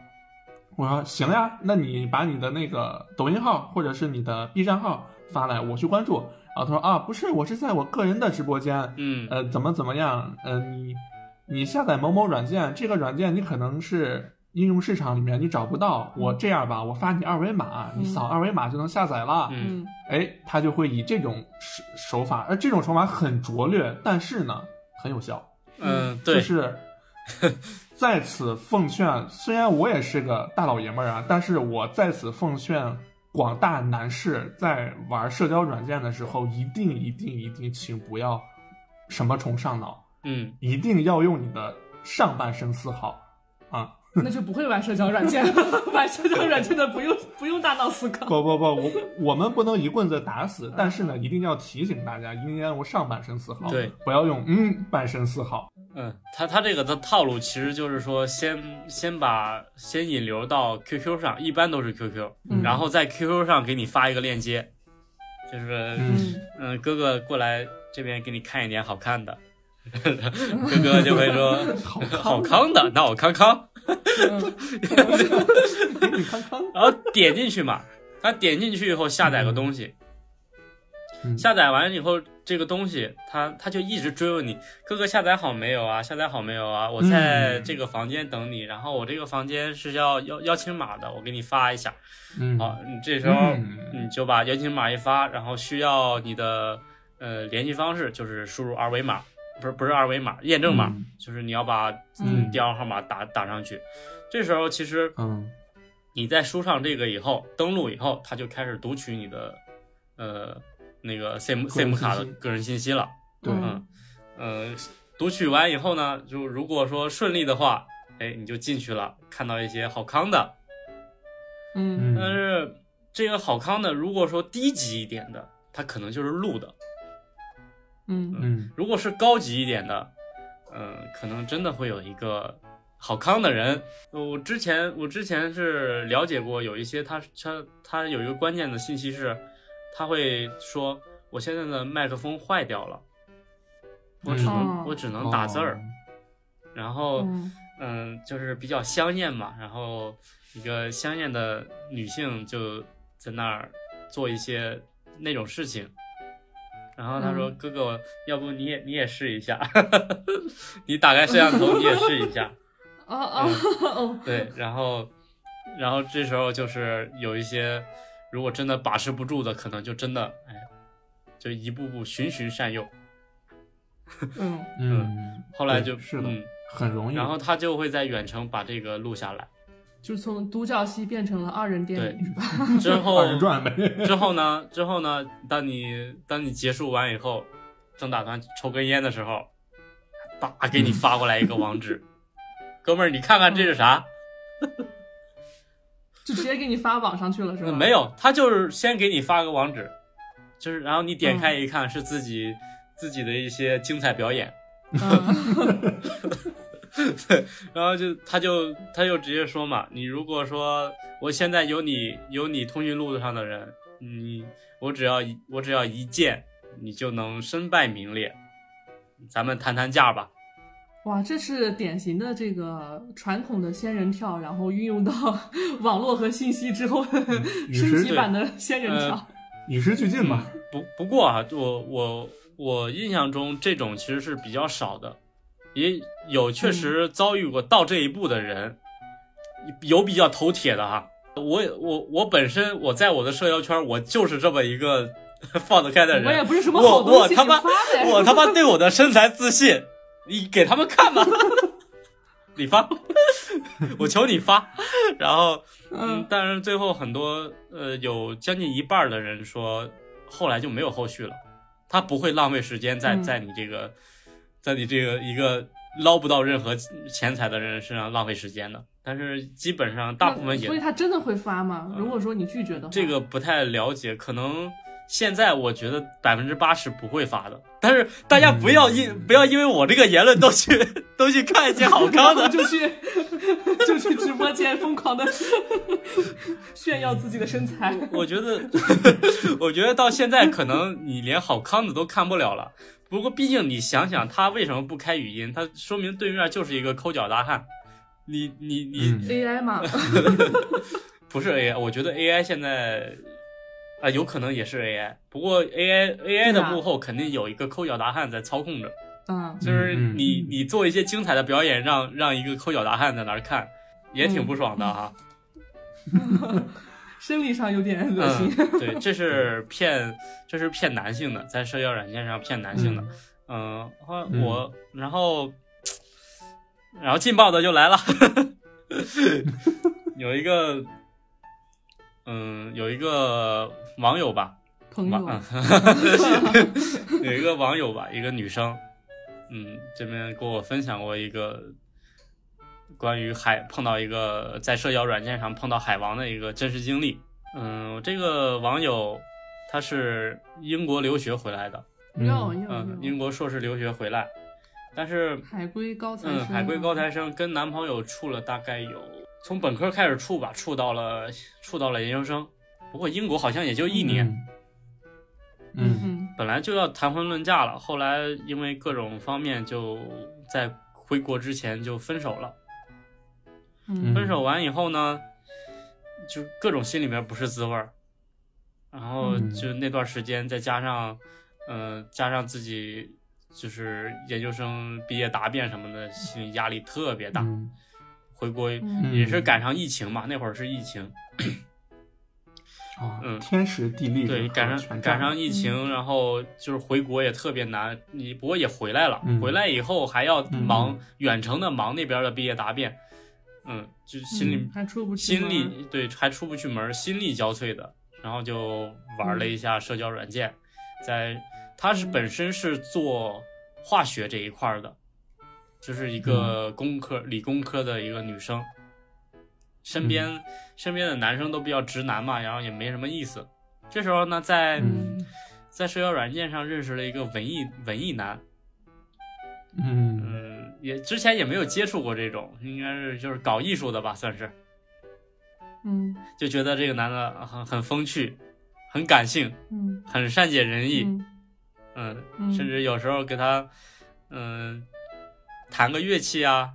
我说行呀，那你把你的那个抖音号或者是你的 B 站号发来，我去关注。然后他说啊，不是，我是在我个人的直播间，嗯呃，怎么怎么样，呃，你你下载某某软件，这个软件你可能是应用市场里面你找不到，嗯我这样吧，我发你二维码，你嗯扫二维码就能下载了。嗯嗯哎，他就会以这种手手法，而这种手法很拙劣，但是呢很有效。嗯，就对， 是在此奉劝，虽然我也是个大老爷们儿啊，但是我在此奉劝广大男士，在玩社交软件的时候，一定一定一定，请不要什么崇尚脑，嗯，一定要用你的上半身思考啊！嗯那就不会玩社交软件， 玩社交软件的不用不用大脑思考。不不不，我我们不能一棍子打死，但是呢，一定要提醒大家，一定要用上半身思考，对，不要用嗯半身思考。嗯，他他这个的套路其实就是说先先把先引流到 QQ 上，一般都是 QQ，、嗯然后在 QQ 上给你发一个链接，就是嗯嗯哥哥过来这边给你看一点好看的， 哥哥就会说 好康的，那我康康，嗯你看看，然后点进去嘛，他点进去以后下载个东西，嗯下载完以后，这个东西，他他就一直追问你，哥哥下载好没有啊？下载好没有啊？我在嗯这个房间等你，然后我这个房间是要邀邀请码的，我给你发一下。 嗯，好，你这时候嗯你就把邀请码一发，然后需要你的呃联系方式，就是输入二维码，不是不是二维码，验证码，嗯就是你要把嗯电话号码打打上去。这时候其实嗯，你在输上这个以后，登录以后，它就开始读取你的呃那个 SIM 个人信 SIM 息卡的个人信息了。对，嗯，呃，读取完以后呢，就如果说顺利的话，哎，你就进去了，看到一些好康的，嗯嗯但是这个好康的，如果说低级一点的，它可能就是录的；嗯嗯如果是高级一点的，嗯、可能真的会有一个好康的人。我之前我之前是了解过，有一些他他他有一个关键的信息是，他会说我现在的麦克风坏掉了，我只能、嗯我只哦能打字儿，然后。嗯嗯，就是比较香艳嘛，然后一个香艳的女性就在那儿做一些那种事情，然后他说：“嗯哥哥，要不你也你也试一下， 你打开摄像头你也试一下。啊啊哦”，对，然后然后这时候就是有一些如果真的把持不住的，可能就真的哎，就一步步循循善诱，嗯哦嗯，后来对就是的嗯，很容易，然后他就会在远程把这个录下 来，就是从独角戏变成了二人电影对是吧？ 之后二人转呗， 之后呢？之后呢？当你当你结束完以后，正打算抽根烟的时候，叭给你发过来一个网址， 哥们儿，你看看这是啥？就直接给你发网上去了嗯是吧？嗯没有，他就是先给你发个网址，就是然后你点开一看，是自己、自己的一些精彩表演，嗯， 然后就他就他就直接说嘛，你如果说我现在有你有你通讯录上的人，你我只要一我只要一见，你就能身败名裂，咱们谈谈价吧。哇，这是典型的这个传统的仙人跳，然后运用到 网络和信息之后，嗯 你升是级版的仙人 跳。与时俱进嘛，不不过啊，我我我印象中这种其实是比较少的，也有确实遭遇过到这一步的人，有比较头铁的哈。我我我本身我在我的社交圈，我就是这么一个 放得开的人。我也不是什么我好东我西，他妈你发 呗。我他妈对我的身材自信，你给他们看吧，你发， 我求你发。然后，嗯 嗯，但是最后很多呃，有将近一半儿的人说，后来就没有后续了，他不会浪费时间在嗯在你这个，在你这个一个捞不到任何钱财的人身上浪费时间的。但是基本上大部分也嗯所以他真的会发吗？如果说你拒绝的话，这 个不太了解，可能现在我觉得百分之八十不会发的。但是大家不要因、不要因为我这个言论都去 都去看一些好康我的，就去 就去直播间疯狂的 炫耀自己的身材。 我觉得 我觉得到现在可能你连好康的都看不了了。不过毕竟你想想，他为什么不开语音？他说明对面就是一个抠脚大汉。你你你、嗯 AI 嘛，不是 AI，我觉得 AI 现在啊、有可能也是 AI，不过 AI AI 对的啊幕后肯定有一个抠脚大汉在操控着。嗯，就是嗯嗯你你做一些精彩的表演，让让一个抠脚大汉在那儿看，也挺不爽的嗯哈。生理上有点恶嗯心。，对，这是骗，这是骗男性的，在社交软件上骗男性的。嗯，后嗯我然后然后劲爆的就来了， 有一个嗯，有一个网友吧，朋网友， 有一个网友吧，一个女生，嗯，这边给我分享过一个关于海碰到一个在社交软件上碰到海王的一个真实经历。嗯，这个网友他是英国留学回来的，要嗯要嗯，要，英国硕士留学回来，但是海归高材嗯，生海归啊高材生跟男朋友处了大概有从本科开始处吧，处到了处到了研究生。不过英国好像也就一年，嗯嗯，嗯本来就要谈婚论嫁了，后来因为各种方面，就在回国之前就分手了。嗯分手完以后呢，就各种心里面不是滋味儿，然后嗯就那段时间，再加上嗯、呃，加上自己就是研究生毕业答辩什么的，心理压力特别大。嗯回国嗯也是赶上疫情嘛，那会儿是疫情，啊，嗯天时地利对，人和赶上全赶占了上疫情，然后就是回国也特别难。你不过也回来了，嗯回来以后还要忙嗯远程的忙那边的毕业答辩，嗯，就心里嗯还出不去心门力对还出不去门儿，心力交瘁的。然后就嗯玩了一下社交软件，在他是本身是做化学这一块儿的，就是一嗯个工科、理工科的一个女生，嗯身边、身边的男生都比较直男嘛，然后也没什么意思。这时候呢，在、嗯在社交软件上认识了一个文艺文艺男，嗯嗯，也之前也没有接触过这种，应该是就是搞艺术的吧，算是。嗯就觉得这个男的啊很很风趣，很感性，嗯，很善解人意，嗯嗯，嗯甚至有时候给他，嗯，弹个乐器啊，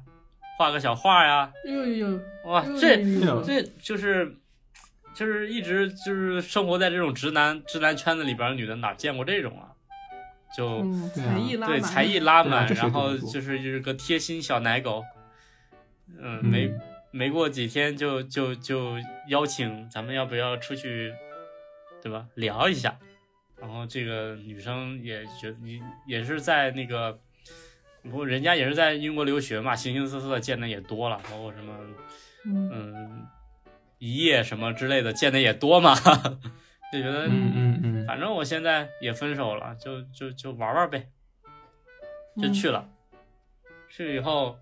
画个小画呀、呦呦呦，哇，呦啊这呦呦这这就是就是一直就是生活在这种直男直男圈子里边儿，女的哪见过这种啊？就、嗯，对啊才艺拉对满才艺拉对啊满，这谁然都不后做就是就是个贴心小奶狗，嗯，没嗯没过几天就就就邀请咱们要不要出去，对吧？聊一下。然后这个女生也觉你也是在那个，不过人家也是在英国留学嘛，形形色色的见的也多了，包括什么嗯嗯一夜什么之类的见的也多嘛， 就觉得嗯嗯嗯，反正我现在也分手了，就就就玩玩呗，就去嗯了。去以后，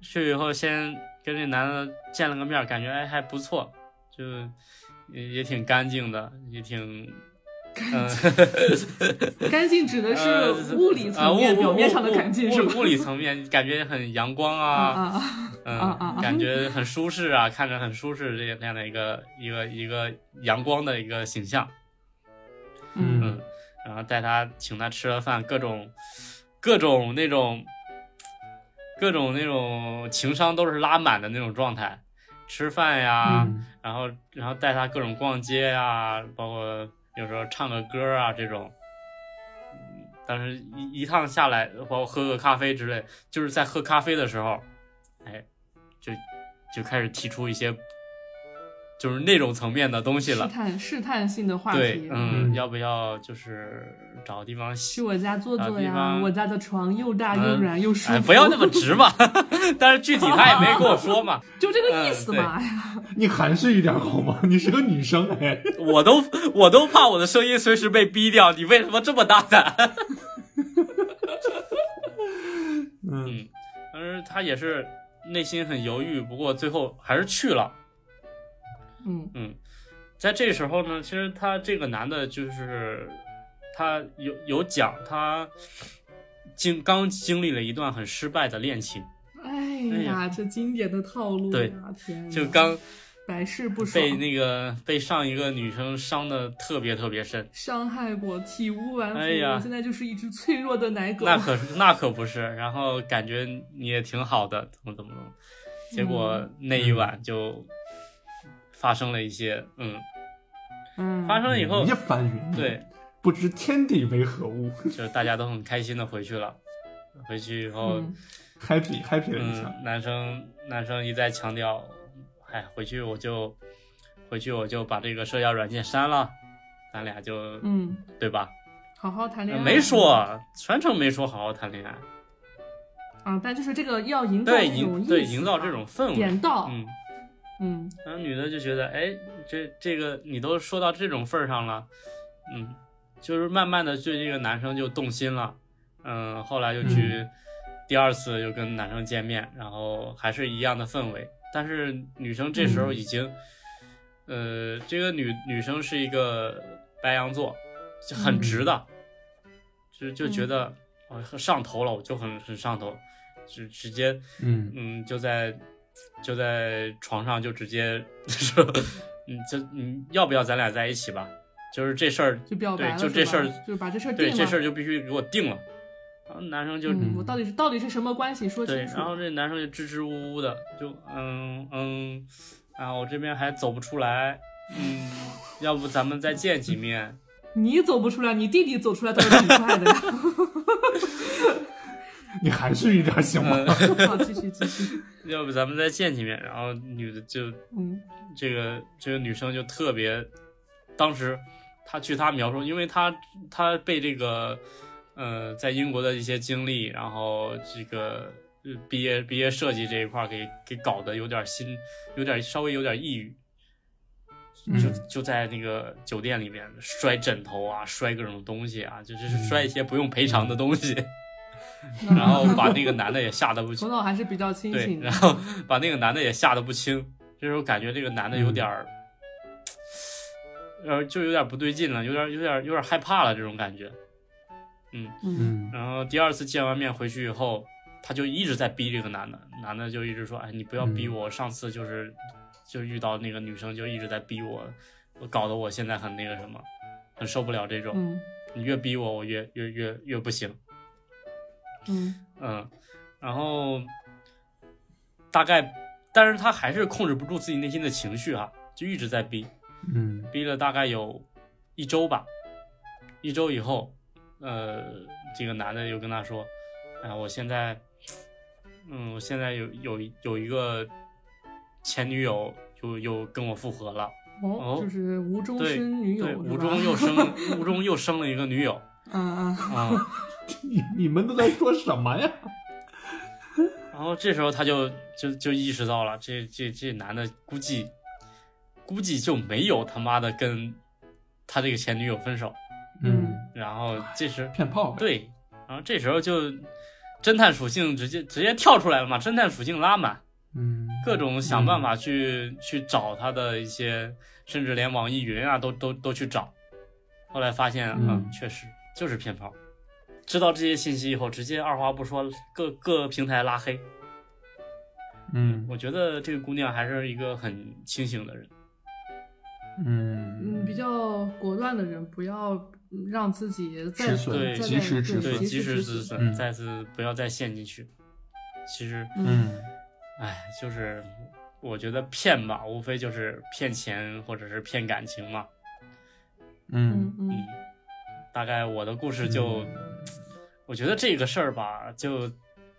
去以后先跟这男的见了个面儿，感觉哎还不错，就也也挺干净的，也挺。嗯，干净指的是物理层面、呃物表面上的干净物是吧？物物理层面感觉很阳光啊啊，啊，啊啊嗯，啊感觉很舒适啊，看着很舒适这那样的一个一个一个阳光的一个形象。嗯嗯，然后带他请他吃了饭，各种各种那种各种那种情商都是拉满的那种状态，吃饭呀，嗯然后然后带他各种逛街呀，包括有时候唱个歌啊这种。嗯但是一一趟下来，包括喝个咖啡之类，就是在喝咖啡的时候，哎，就就开始提出一些就是那种层面的东西试了。探试探性的话对题，，嗯，嗯要不要就是找个地方去洗？我家坐坐啊地呀，方我家的床又大又嗯软又舒服，哎，不要那么直嘛。 但是具体他也没跟我说嘛， 就这个意思嗯嘛。哎呀你含蓄一点好吗？你是个女生哎，我都我都怕我的声音随时被逼掉。你为什么这么大胆？ 嗯但是他也是内心很犹豫，不过最后还是去了。嗯嗯，在这时候呢，其实他这个男的就是他有有讲他经刚经历了一段很失败的恋情，哎哎呀，呀这经典的套路对呀，天呀，就刚百试不爽，被那个被上一个女生伤的特别特别深。伤害过，体无完肤，哎呀我现在就是一只脆弱的奶狗。那可那可不是，然后感觉你也挺好的，怎么怎么怎么，结果嗯那一晚就发生了一些，嗯，嗯，发生了以后一，翻云，，对，不知天地为何物就是大家都很开心的回去了，回去以后，嗯，happy happy 了一下，嗯，男生男生一再强调，哎，回去我就回去我就把这个社交软件删了，咱俩就嗯，对吧？好好谈恋爱。没说，全程没说好好谈恋爱，啊，但就是这个要营造对这种营意对思营造嘛这种氛围点，到，嗯。嗯然后女的就觉得，哎，这这个你都说到这种份儿上了，嗯，就是慢慢的对这个男生就动心了，嗯，后来又去第二次又跟男生见面，然后还是一样的氛围，但是女生这嗯时候已经，呃，这个女女生是一个白羊座，就很嗯直的，就就觉得哦上头了，我就很很上头，直直接嗯嗯，就在就在床上就直接 说，嗯，就嗯，要不要咱俩在一起吧？就是这事儿，就表白了，对就这是吧事儿就是把这事儿定对了。这事儿就必须给我定了。然后男生就、嗯，我到底是到底是什么关系？说对，清楚。然后这男生就支支吾吾的，就嗯嗯啊，我这边还走不出来，嗯，要不咱们再见几面？你走不出来，你弟弟走出来倒是挺快 的呀。你含蓄一点行吗？好，继续继续，要不咱们再见几面？然后女的就嗯这个这个女生就特别，当时她据她描述，因为她她被这个呃在英国的一些经历，然后这个呃毕业毕业设计这一块儿给给搞得有点心，有点稍微有点抑郁，就嗯就在那个酒店里面摔枕头啊，摔各种东西啊，就是摔一些不用赔偿的东西， 然后把那个男的也吓得不行头。脑还是比较清对，醒的然。后把那个男的也吓得不轻。这时候感觉这个男的有点儿，呃，就有点不对劲了，有点有点有点害怕了这种感觉。嗯嗯然后第二次见完面回去以后，他就一直在逼这个男的，男的就一直说：“哎，你不要逼我，上次就是就遇到那个女生就一直在逼我，我搞得我现在很那个什么，很受不了这种。嗯你越逼我，我越越越越不行。”嗯嗯，然后大概，但是他还是控制不住自己内心的情绪哈、就一直在逼，嗯逼了大概有一周吧。一周以后，呃，这个男的又跟他说：“哎呀，我现在，嗯，我现在有有有一个前女友又又跟我复合了，哦哦，就是无中对生女友对，是吧，无中又 生无中又生了一个女友嗯嗯啊。你你们都在说什么呀？然后这时候他就就就意识到了，这这这男的估计估计就没有他妈的跟他这个前女友分手。嗯，然后这时骗炮呗。对，然后这时候就侦探属性直接直接跳出来了嘛，侦探属性拉满，嗯，各种想办法去、去找他的一些，甚至连网易云啊都都都去找。后来发现，嗯嗯，确实就是骗炮。知道这些信息以后，直接二话不说，各各平台拉黑。嗯我觉得这个姑娘还是一个很清醒的人。嗯嗯，比较果断的人，不要让自己再止损对再及时止对损对，及及时时止损，嗯再次不要再陷进去。其实，嗯嗯哎，就是我觉得骗吧，无非就是骗钱或者是骗感情嘛。嗯嗯嗯嗯，大概我的故事就，我觉得这个事儿吧，就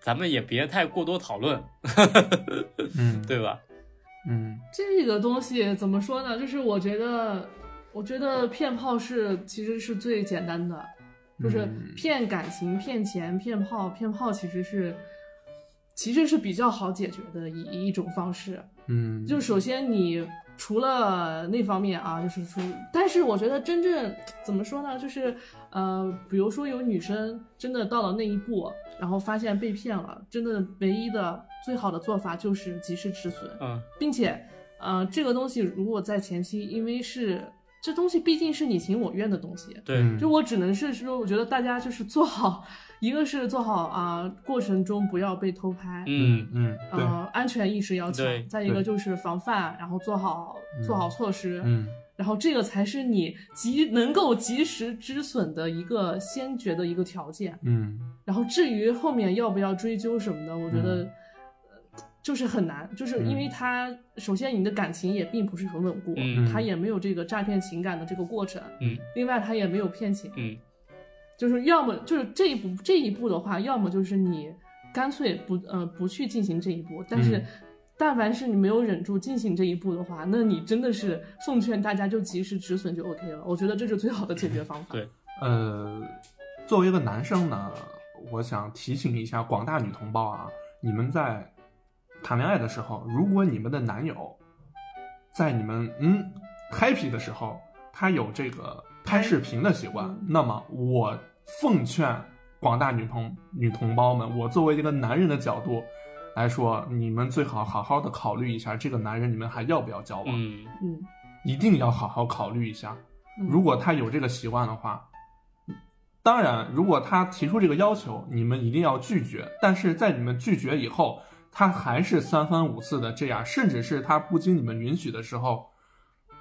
咱们也别太过多讨论， 嗯对吧？嗯这个东西怎么说呢？就是我觉得，我觉得骗炮是其实是最简单的，就是嗯骗感情、骗钱、骗炮、骗炮其实是其实是比较好解决的一一种方式。嗯，就是首先你除了那方面啊，就是说，但是我觉得真正怎么说呢，就是呃，比如说有女生真的到了那一步，然后发现被骗了，真的唯一的最好的做法就是及时止损。嗯并且，呃，这个东西如果在前期，因为是这东西毕竟是你情我愿的东西，对，嗯就我只能是说，我觉得大家就是做好，一个是做好啊、过程中不要被偷拍，嗯嗯嗯对呃，安全意识要强对，再一个对就是防范，然后做好嗯做好措施，嗯然后这个才是你及能够及时止损的一个先决的一个条件。嗯然后至于后面要不要追究什么的，我觉得、呃就是很难，嗯就是因为他首先你的感情也并不是很稳固，嗯他也没有这个诈骗情感的这个过程，嗯另外他也没有骗情，嗯就是要么就是这一步这一步的话，要么就是你干脆不呃不去进行这一步，但是。嗯但凡是你没有忍住进行这一步的话，那你真的是奉劝大家就及时止损就 OK 了。我觉得这是最好的解决方法。对呃，作为一个男生呢，我想提醒一下广大女同胞啊，你们在谈恋爱的时候，如果你们的男友在你们嗯 happy 的时候，他有这个拍视频的习惯嗯，那么我奉劝广大女同女同胞们，我作为一个男人的角度来说，你们最好好好的考虑一下，这个男人你们还要不要交往？嗯嗯，一定要好好考虑一下。嗯如果他有这个习惯的话，当然，如果他提出这个要求，你们一定要拒绝。但是在你们拒绝以后，他还是三番五次的这样，甚至是他不经你们允许的时候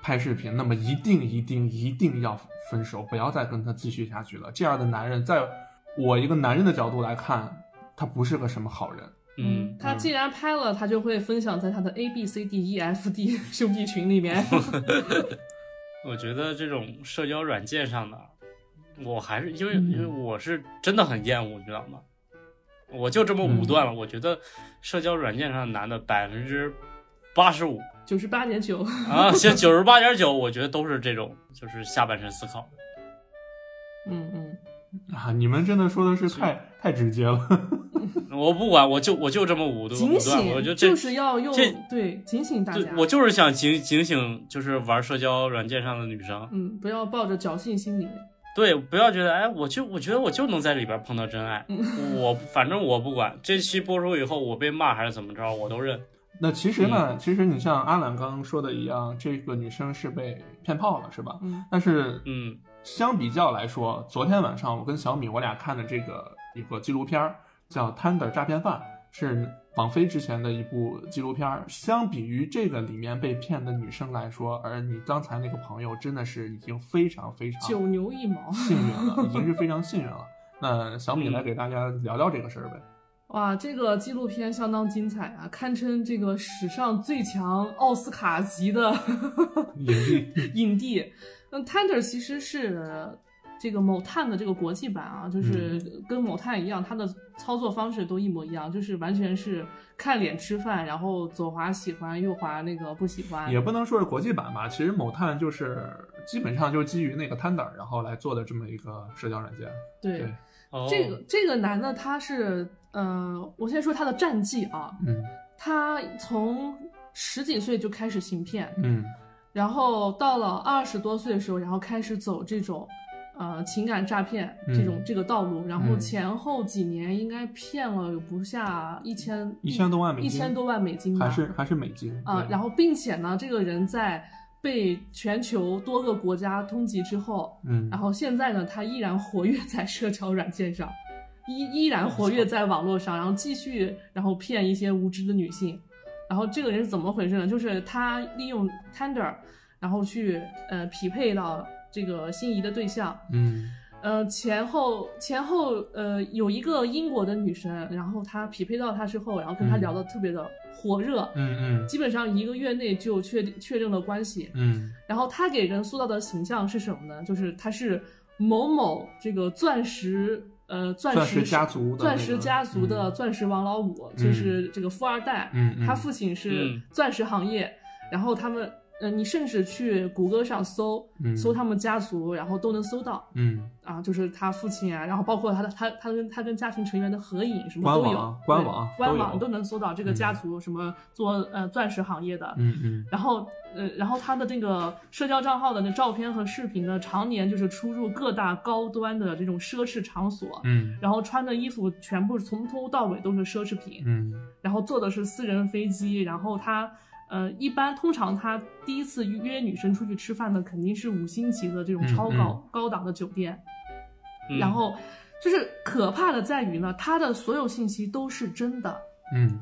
拍视频，那么一定一定一定要分手，不要再跟他继续下去了。这样的男人，在我一个男人的角度来看，他不是个什么好人。嗯嗯，，他既然拍 了， 他就会分享在他的 A B C D E F D 兄弟群里面。我觉得这种社交软件上的，我还是因为因为嗯我是真的很厌恶，你知道吗？我就这么武嗯断了。我觉得社交软件上的男的百分之八十五九十八点九，啊，现九十八点九，我觉得都是这种，就是下半身思考。嗯嗯，啊，你们真的说的是太太直接了。我不管，我就我就这么武断警武断，我醒就这就是要用这对警醒大对家，我就是想警警醒，就是玩社交软件上的女生，嗯不要抱着侥幸心理，对，不要觉得哎，我就我觉得我就能在里边碰到真爱，嗯我反正我不管，这期播出以后我被骂还是怎么着，我都认。那其实呢，其实你像阿兰刚刚说的一样，这个女生是被骗炮了，是吧？嗯但是嗯相比较来说，昨天晚上我跟小米我俩看的这个一个纪录片儿叫《贪的诈骗犯》，是网飞之前的一部纪录片儿。相比于这个里面被骗的女生来说，而你刚才那个朋友真的是已经非常非常九牛一毛。幸运了，已经是非常幸运了。那小米来给大家聊聊这个事儿呗。哇，这个纪录片相当精彩啊，堪称这个史上最强奥斯卡级的也是 影帝。嗯，Tender 其实是这个某探的这个国际版啊，就是跟某探一样，它的操作方式都一模一样，就是完全是看脸吃饭，然后左滑喜欢，右滑那个不喜欢。也不能说是国际版吧，其实某探就是基本上就是基于那个 Tinder 然后来做的这么一个社交软件。对，对，哦，这个这个男的他是呃，我先说他的战绩啊，嗯他从十几岁就开始行骗，嗯然后到了二十多岁的时候，然后开始走这种，呃，情感诈骗嗯这种、这个道路，然后嗯前后几年应该骗了有不下一千一千多万美金一千多万美金吧，还是还是美金啊、对然后并且呢，这个人在被全球多个国家通缉之后，嗯然，后现在呢，他依然活跃在社交软件上，依依然活跃在网络上，然后继续然后骗一些无知的女性。然后这个人是怎么回事呢？就是他利用 Tinder，然后去呃匹配到这个心仪的对象。嗯呃，前后前后呃有一个英国的女生，然后他匹配到她之后，然后跟她嗯聊得特别的火热，嗯嗯基本上一个月内就确定确认了关系。嗯然后他给人塑造的形象是什么呢？就是他是某某这个钻石呃钻石钻石家族的那个钻石家族的嗯钻石王老五，嗯就是这个富二代，嗯嗯他父亲是嗯钻石行业，然后他们。呃，你甚至去谷歌上搜，嗯搜他们家族，然后都能搜到嗯，啊，就是他父亲啊，然后包括他的他他跟他跟家庭成员的合影什么官都网啊有，官对网官都网有都能搜到这个家嗯族什么做呃钻石行业的，嗯嗯然后，呃，然后他的这个社交账号的那照片和视频呢，常年就是出入各大高端的这种奢侈场所，嗯然后穿的衣服全部从头到尾都是奢侈品，嗯然后坐的是私人飞机，然后他，呃，一般通常他第一次约女生出去吃饭呢，肯定是五星级的这种嗯超高、嗯高档的酒店，嗯然后就是可怕的在于呢，他的所有信息都是真的，嗯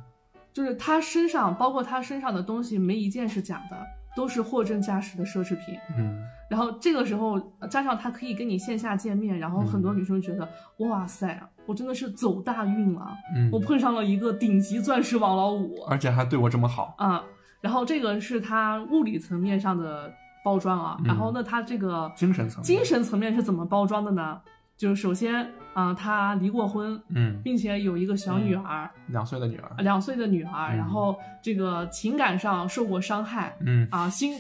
就是他身上，包括他身上的东西，没一件是假的，都是货真价实的奢侈品。嗯，然后这个时候呃加上他可以跟你线下见面，然后很嗯多女生觉得，哇塞，我真的是走大运了，嗯我碰上了一个顶级钻石王老五而且还对我这么好，啊。然后这个是他物理层面上的包装啊，嗯然后那他这个精神层面精神层面是怎么包装的呢？就是首先啊，他离过婚，嗯，并且有一个小女儿。两岁的女儿，两岁的女儿，嗯然后这个情感上受过伤害嗯啊，心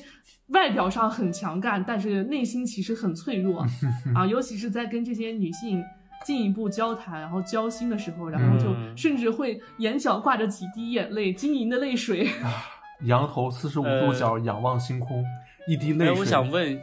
外表上很强干，但是内心其实很脆 弱啊，尤其是在跟这些女性进一步交谈，然后交心的时候，然后就嗯甚至会眼角挂着几滴眼泪，晶莹的泪 水。仰头四十五度角仰望星空，一滴泪哎，水，呃我想问，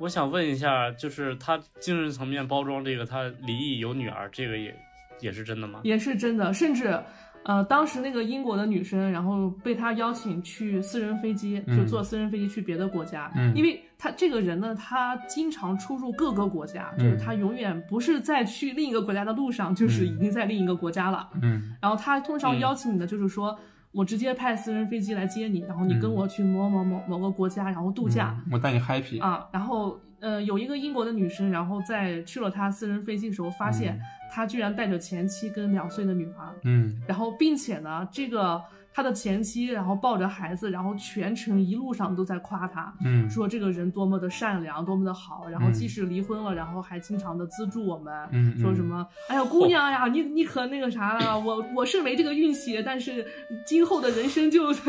我想问一下，就是他精神层面包装这个，他离异有女儿，这个也也是真 的吗？也是真的，甚至。呃，当时那个英国的女生，然后被他邀请去私人飞机，嗯就坐私人飞机去别的国家，嗯因为他这个人呢，他经常出入各个国家，就是嗯他永远不是在去另一个国家的路上，就是已经在另一个国家了。嗯然后他通常嗯邀请你的就是说，我直接派私人飞机来接你，然后你跟嗯我去某某某某个国家，然后度假。嗯我带你 happy，啊，然后呃，有一个英国的女生，然后在去了她私人飞机的时候，发现嗯她居然带着前妻跟两岁的女儿，嗯然后并且呢，这个他的前妻，然后抱着孩子，然后全程一路上都在夸他，嗯说这个人多么的善良，多么的好，然后嗯即使离婚了，然后还经常的资助我们，嗯，说什么？哎呀，姑娘呀，你你可那个啥 了，我我是没这个运气，但是今后的人生就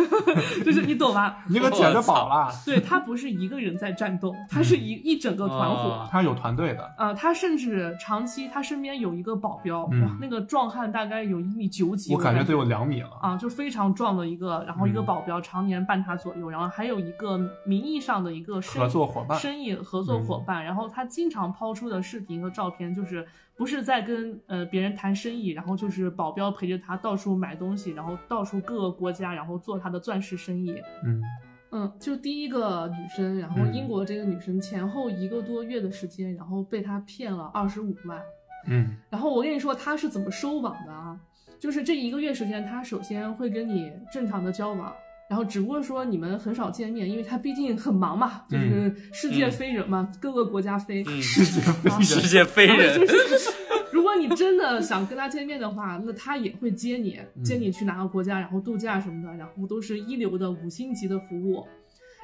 就是你懂吧？ 嗯？你可捡着宝了，对他不是一个人在战斗，他嗯是一一整个团伙哦。 他有团队的，呃，他甚至长期他身边有一个保镖，嗯哇，那个壮汉大概有一米九几，我感觉对。得有两米了。啊，就非常壮的一个，然后一个嗯保镖常年伴他左右，然后还有一个名义上的一个生合作伙伴嗯生意合作伙伴，然后他经常抛出的视频和照片，就是不是在跟呃别人谈生意，然后就是保镖陪着他到处买东西，然后到处各个国家，然后做他的钻石生意。嗯嗯，就第一个女生，然后嗯英国这个女生前后一个多月的时间，然后被他骗了二十五万。嗯然后我跟你说他是怎么收网的啊，就是这一个月时间，他首先会跟你正常的交往，然后只不过说你们很少见面，因为他毕竟很忙嘛，就是世界飞人嘛，各个国家飞。 嗯世界飞啊人世界飞人，如果你真的想跟他见面的话，那他也会接你，嗯接你去哪个国家，然后度假什么的，然后都是一流的五星级的服务。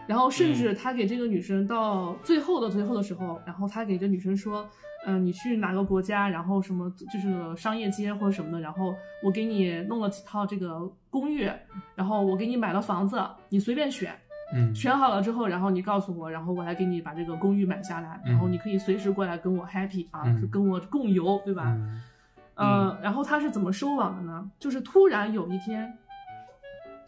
然后甚嗯至他给这个女生到最后的最后的时候，然后他给这女生说，嗯、你去哪个国家，然后什么就是商业街或者什么的，然后我给你弄了几套这个公寓，然后我给你买了房子，你随便选，嗯选好了之后，然后你告诉我，然后我来给你把这个公寓买下来，嗯然后你可以随时过来跟我 happy 啊，嗯就跟我共游，对吧？嗯呃，然后他是怎么收网的呢？就是突然有一天，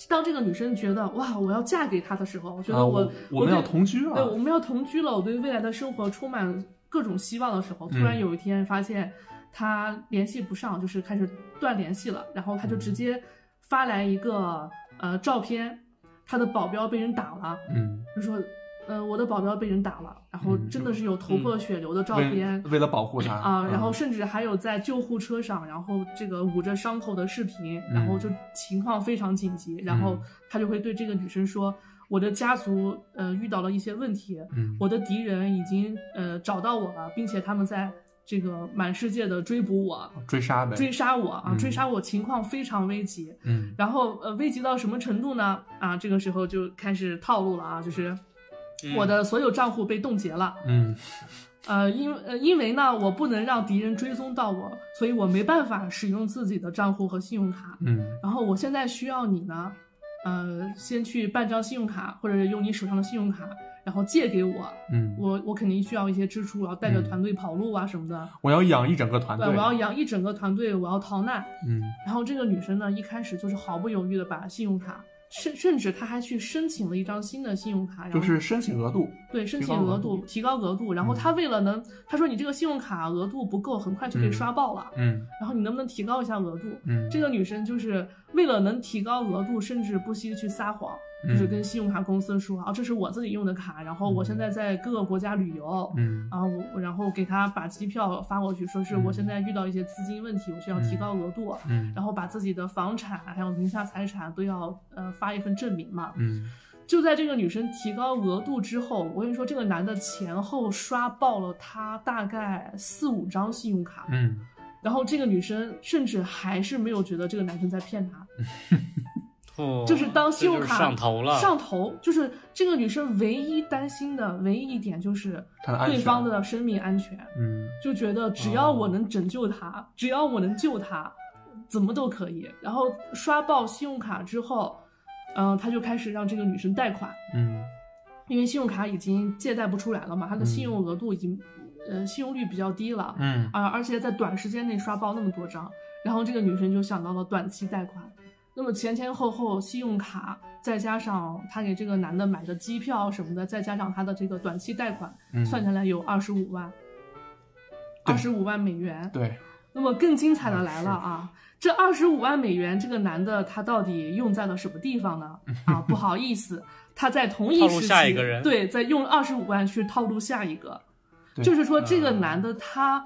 当这个女生觉得哇，我要嫁给他的时候，我觉啊得我、我我们对要同居对，了我，们要同居了，我对未来的生活充满各种希望的时候，突然嗯有一天发现他联系不上，就是开始断联系了，然后嗯他就直接发来一个呃照片，他的保镖被人打了。嗯，就说，呃，我的保镖被人打了，然后嗯真的是有头破血流的照为片、为了保护他嗯啊，然后甚至还有在救护车上，然后这个捂着伤口的视频，然嗯后就情况非常紧急，然后他就会对这个女生说，我的家族呃遇到了一些问题，嗯我的敌人已经呃找到我了，并且他们在这个满世界的追捕我，追杀呗，追杀我啊，嗯追杀我，情况非常危急，嗯然后呃，危及到什么程度呢？啊，这个时候就开始套路了啊，就是嗯我的所有账户被冻结了。嗯呃，因呃因为呢，我不能让敌人追踪到我，所以我没办法使用自己的账户和信用卡。嗯然后我现在需要你呢，呃，先去办张信用卡，或者是用你手上的信用卡，然后借给我。嗯，我我肯定需要一些支出，然后带着嗯团队跑路啊什么的。我要养一整个团对，队，我要养一整个团队，我要逃难。嗯然后这个女生呢，一开始就是毫不犹豫的把信用卡，甚甚至她还去申请了一张新的信用卡，然后就是申请额度，对申提请高额额度度嗯提高额度，然后她为了能，她说你这个信用卡额度不够，很快就被嗯刷爆了，嗯然后你能不能提高一下额度？嗯，这个女生就是为了能提高额度，甚至不惜去撒谎，嗯就是跟信用卡公司说啊，这是我自己用的卡，然后我现在在各个国家旅游，嗯然后我然后给她把机票发过去，说是我嗯现在遇到一些资金问题，我需要提嗯高额度，嗯然后把自己的房产还有名下财产都要呃发一份证明嘛。嗯就在这个女生提高额度之后，我跟你说，这个男的前后刷爆了她大概四五张信用卡，嗯然后这个女生甚至还是没有觉得这个男生在骗她，哦就是当信用这就卡是上头了，上头就是这个女生唯一担心的唯一一点就是她的安全对方的生命安全，嗯就觉得只要我能拯救他，只要我能救他，怎么都可以。然后刷爆信用卡之后，嗯、他就开始让这个女生贷款，嗯因为信用卡已经借贷不出来了嘛，他的嗯信用额度已经，呃，信用率比较低了，嗯啊、而且在短时间内刷爆那么多张，然后这个女生就想到了短期贷款。那么前前后后，信用卡再加上她给这个男的买的机票什么的，再加上她的这个短期贷款，嗯，算下来有二十五万，对二十五万美元。对，那么更精彩的来了啊！这二十五万美元，这个男的他到底用在了什么地方呢？啊，不好意思，他在同一套路时期，下一个人对，在用二十五万去套路下一个，对就是说这个嗯男的他。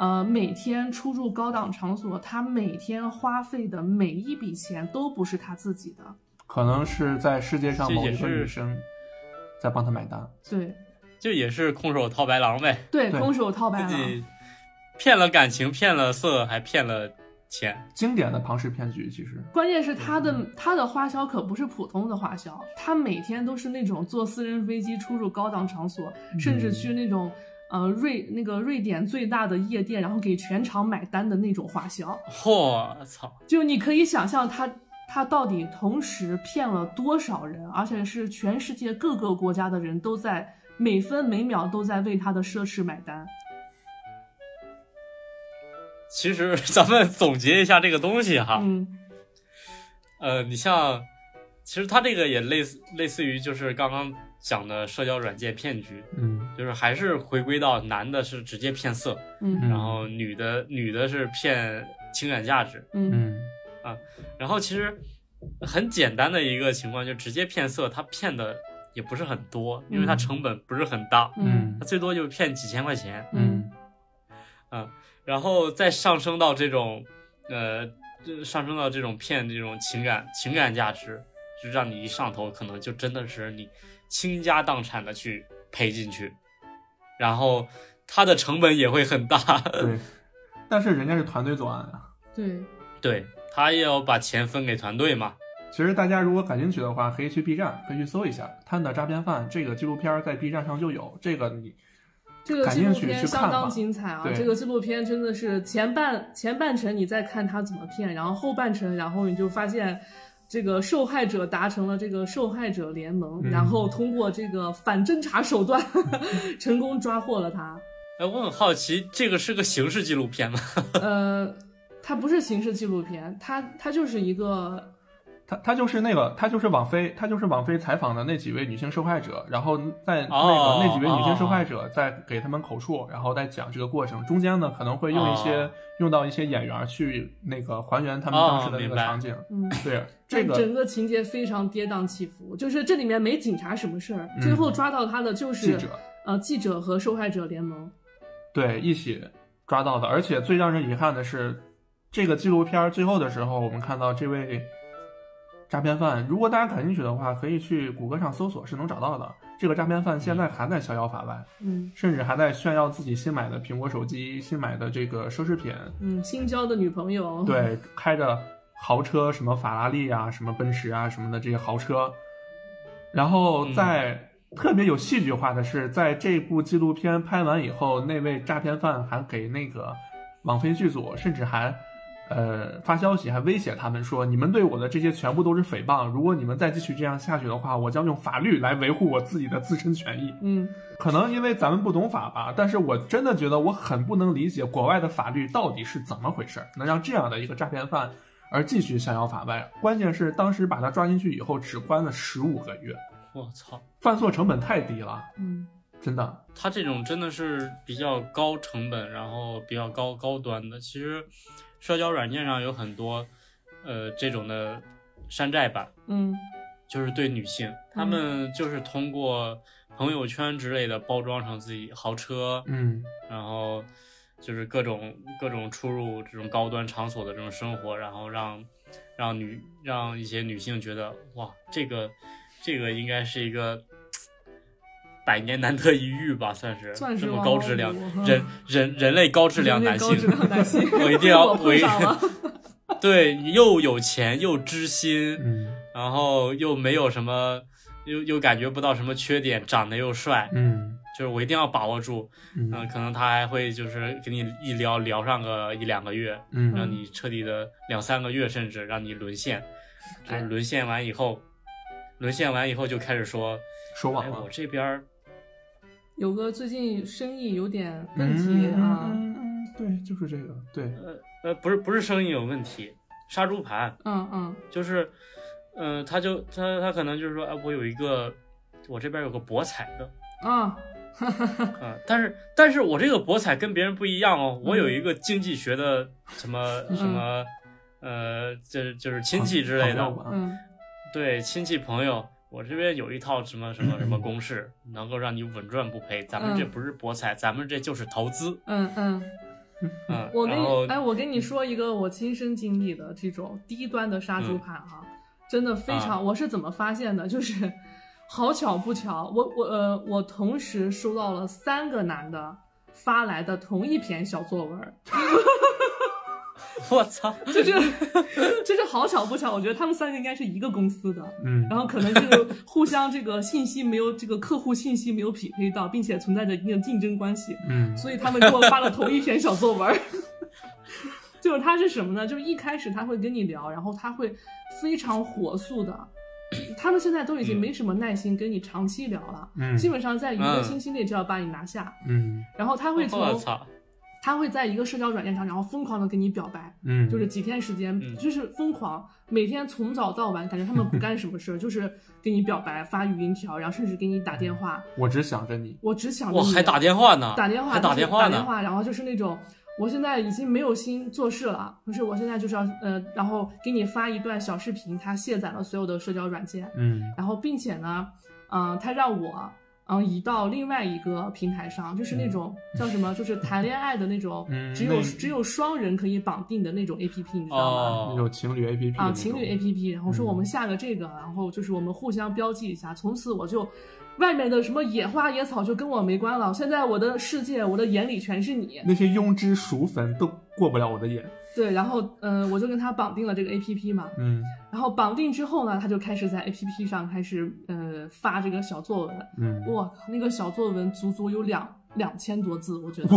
呃，每天出入高档场所，他每天花费的每一笔钱都不是他自己的，可能是在世界上这某也一个女是生在帮他买单，对就也是空手套白狼呗，对，对空手套白自狼，己骗了感情，骗了色，还骗了钱，经典的庞氏骗局，其实关键是他的他的花销可不是普通的花销，他每天都是那种坐私人飞机出入高档场所，甚至去那种呃瑞那个瑞典最大的夜店，然后给全场买单的那种花销。嚯操！就你可以想象他他到底同时骗了多少人，而且是全世界各个国家的人都在每分每秒都在为他的奢侈买单。其实 咱们总结一下这个东西哈，嗯呃，你像，其实它这个也类似类似于就是刚刚讲的社交软件骗局，嗯就是还是回归到男的是直接骗色，嗯嗯然后女的女的是骗情感价值，嗯嗯然后其实很简单的一个情况就直接骗色，他骗的也不是很多，因为他嗯成本不是很大，嗯他最多就骗几千块钱，嗯嗯然后再上升到这种，呃，这上升到这种骗这种情感情感价值，就让你一上头，可能就真的是你倾家荡产的去赔进去，然后它的成本也会很大， 对，但是人家是团队作案啊。对，对他也要把钱分给团队嘛，其实大家如果感兴趣的话，可以去 B 站，可以去搜一下《贪的诈骗犯》这个纪录片，在 B 站上就有。这个你这个感纪录兴趣片去相看当吧精彩啊！对这个纪录片真的是前半前半程你在看他怎么骗，然后后半程，然后你就发现这个受害者达成了这个受害者联盟，嗯然后通过这个反侦查 手段成功抓获了他。哎，我很好奇，这个是个刑事纪录片吗？ 呃，它不是刑事纪录片，它它就是一个他他就是那个，他就是网飞，他就是网飞采访的那几位女性受害者，然后在那个、哦那几位女性受害者在给他们口述，然后再讲这个过程，中间呢可能会用一些、哦用到一些演员去那个还原他们当时的那哦明个白场景。嗯。对，这但整个个情节非常跌宕起伏，就是这里面没警察什么事儿，嗯最后抓到他的就是记者呃记者和受害者联盟。对一起抓到的，而且最让人遗憾的是，这个纪录片最后的时候，我们看到这位诈骗犯，如果大家感兴趣的话，可以去谷歌上搜索是能找到的。这个诈骗犯现在还在逍遥法外。嗯甚至还在炫耀自己新买的苹果手机、新买的这个奢侈品，嗯，新交的女朋友。对，开着豪车，什么法拉利啊、什么奔驰啊、什么的这些豪车。然后在、特别有戏剧化的是，在这部纪录片拍完以后，那位诈骗犯还给那个网飞剧组，甚至还。呃，发消息还威胁他们说：“你们对我的这些全部都是诽谤，如果你们再继续这样下去的话，我将用法律来维护我自己的自身权益。”嗯，可能因为咱们不懂法吧，但是我真的觉得我很不能理解国外的法律到底是怎么回事儿，能让这样的一个诈骗犯而继续逍遥法外。关键是当时把他抓进去以后，只关了十五个月，我操，犯错成本太低了，嗯真的。他这种真的是比较高成本，然后比较高高端的。其实，社交软件上有很多，呃，这种的山寨版，嗯就是对女性，她们就是通过朋友圈之类的包装成自己豪车，嗯然后就是各种各种出入这种高端场所的这种生活，然后让让女让一些女性觉得哇，这个这个应该是一个。嘖百年难得一遇吧，算是钻石这么王高后质量乳 人人人类高质量人类男高性，质量男性 我一定 要我我碰一上了。对，又有钱又知心，嗯然后又没有什么，又又感觉不到什么缺点，长得又帅，嗯就是我一定要把握住。嗯嗯，可能他还会就是给你一聊聊上个一两个月，让嗯你彻底的两三个月，甚至让你沦陷。就是对沦陷完以后，沦陷完以后就开始说，说哎，网我了。这边儿有个最近生意有点问题啊，嗯嗯，对，就是这个，对，呃不是不是生意有问题，杀猪盘嗯嗯就是，嗯、他就他他可能就是说，哎，我有一个，我这边有个博彩的，啊，啊、但是但是我这个博彩跟别人不一样哦，我有嗯一个经济学的什么、嗯什么，呃，就是就是亲戚之类好的好，吧嗯对亲戚朋友，我这边有一套什么什么什么公式，能够让你稳赚不赔。咱们这嗯不是博彩，咱们这就是投资。嗯嗯，嗯，我跟然后你哎，我跟你说一个我亲身经历的这种低端的杀猪盘啊，真的非常，嗯啊我是怎么发现的？ 就是好巧不巧，我我呃，我同时收到了三个男的发来的同一篇小作文儿，我操！就是 就是好巧不巧，我觉得他们三个应该是一个公司的，嗯然后可能就是互相这个信息没有这个客户信息没有匹配到，并且存在着一定的竞争关系，嗯所以他们给我发了同一篇小作文儿。 就是他是什么呢？就是一开始他会跟你聊，然后他会非常火速的。他们现在都已经没什么耐心跟你长期聊了，嗯基本上在一个嗯星期内就要把你拿下。嗯然后他会从我操！他会在一个社交软件上，然后疯狂的跟你表白，嗯，就是几天时间，嗯就是疯狂，每天从早到晚，感觉他们不干什么事儿， 就是给你表白、发语音条，然后甚至给你打电话。我只想着你，我只想着嗯哇，你还打电话呢，打电话，还打就是电话打电呢，话，然后就是那种。我现在已经没有心做事了，就是我现在就是要呃，然后给你发一段小视频，他卸载了所有的社交软件，嗯然后并且呢，嗯、他让我嗯、移到另外一个平台上，就是嗯那种叫什么，就是谈恋爱的那种，嗯只有那只有双人可以绑定的那种 A P P，你知道吗？哦那种情侣 A P P 啊，情侣 A P P，然后嗯说我们下个这个，然后就是我们互相标记一下，从此我就外面的什么野花野草就跟我没关了，现在我的世界，我的眼里全是你。那些庸脂俗粉都过不了我的眼，对，然后嗯、呃我就跟他绑定了这个 A P P 嘛，嗯然后绑定之后呢，他就开始在 A P P 上开始呃发这个小作文，嗯，我靠，那个小作文足足有两两千多字，我觉得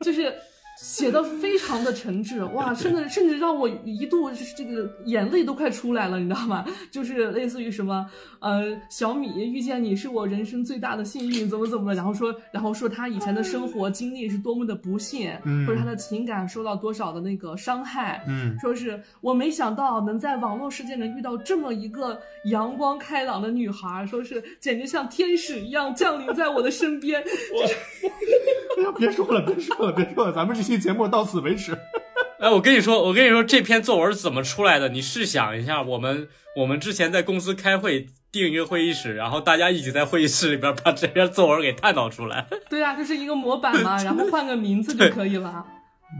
就是写的非常的诚挚，哇，甚至甚至让我一度就是这个眼泪都快出来了，你知道吗？就是类似于什么呃，小米遇见你是我人生最大的幸运，怎么怎么的，然后说然后说他以前的生活经历是多么的不幸，嗯或者他的情感受到多少的那个伤害， 嗯说是我没想到能在网络世界能遇到这么一个阳光开朗的女孩，说是简直像天使一样降临在我的身边。哎呀，别说了，别说了，别说了，咱们这期节目到此为止。哎，我跟你说，我跟你说，这篇作文是怎么出来的？你试想一下，我们我们之前在公司开会，订一个会议室，然后大家一起在会议室里边把这篇作文给探讨出来。对啊，就是一个模板嘛，然后换个名字就可以了。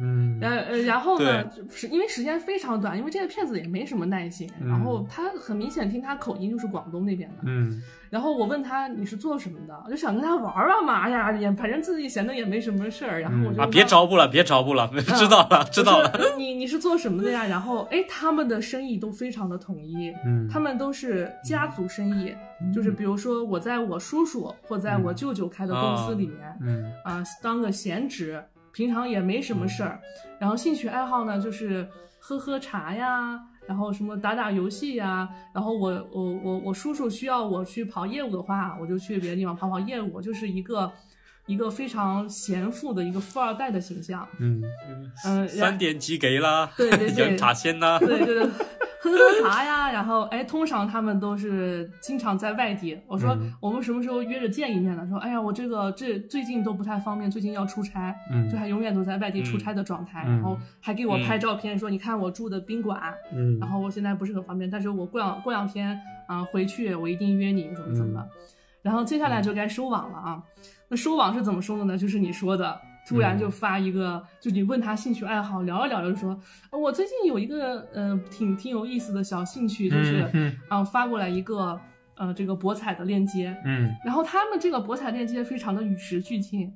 嗯然呃，然后呢，就是因为时间非常短，因为这个骗子也没什么耐心，嗯然后他很明显听他口音就是广东那边的。嗯然后我问他你是做什么的，我就想跟他玩玩嘛，哎呀，也反正自己闲的也没什么事儿，然后我就啊，问别他着步了，别着步了，知道了，知道了。嗯我说嗯你你是做什么的呀？然后哎，他们的生意都非常的统一，嗯，他们都是家族生意，嗯就是比如说我在我叔叔或在我舅舅开的公司里面嗯啊、当个闲职，平常也没什么事儿，然后兴趣爱好呢就是喝喝茶呀。然后什么打打游戏呀，然后我我我我叔叔需要我去跑业务的话，我就去别的地方跑跑业务，就是一个一个非常贤富的一个富二代的形象。嗯嗯、然三啊点及格啦，对对对养塔仙啦，对对对，喝喝茶呀，然后哎，通常他们都是经常在外地。我说、嗯我们什么时候约着见一面呢？说哎呀，我这个这最近都不太方便，最近要出差，嗯就还永远都在外地出差的状态，嗯然后还给我拍照片，说你看我住的宾馆，嗯，然后我现在不是很方便，但是我过两过两天啊、回去，我一定约你，怎么怎么嗯的。然后接下来就该收网了啊。那收网是怎么收的呢？就是你说的，突然就发一个，嗯就你问他兴趣爱好，聊着聊着就说，呃我最近有一个呃挺挺有意思的小兴趣，就是啊、嗯发过来一个呃这个博彩的链接，嗯然后他们这个博彩链接非常的与时俱进。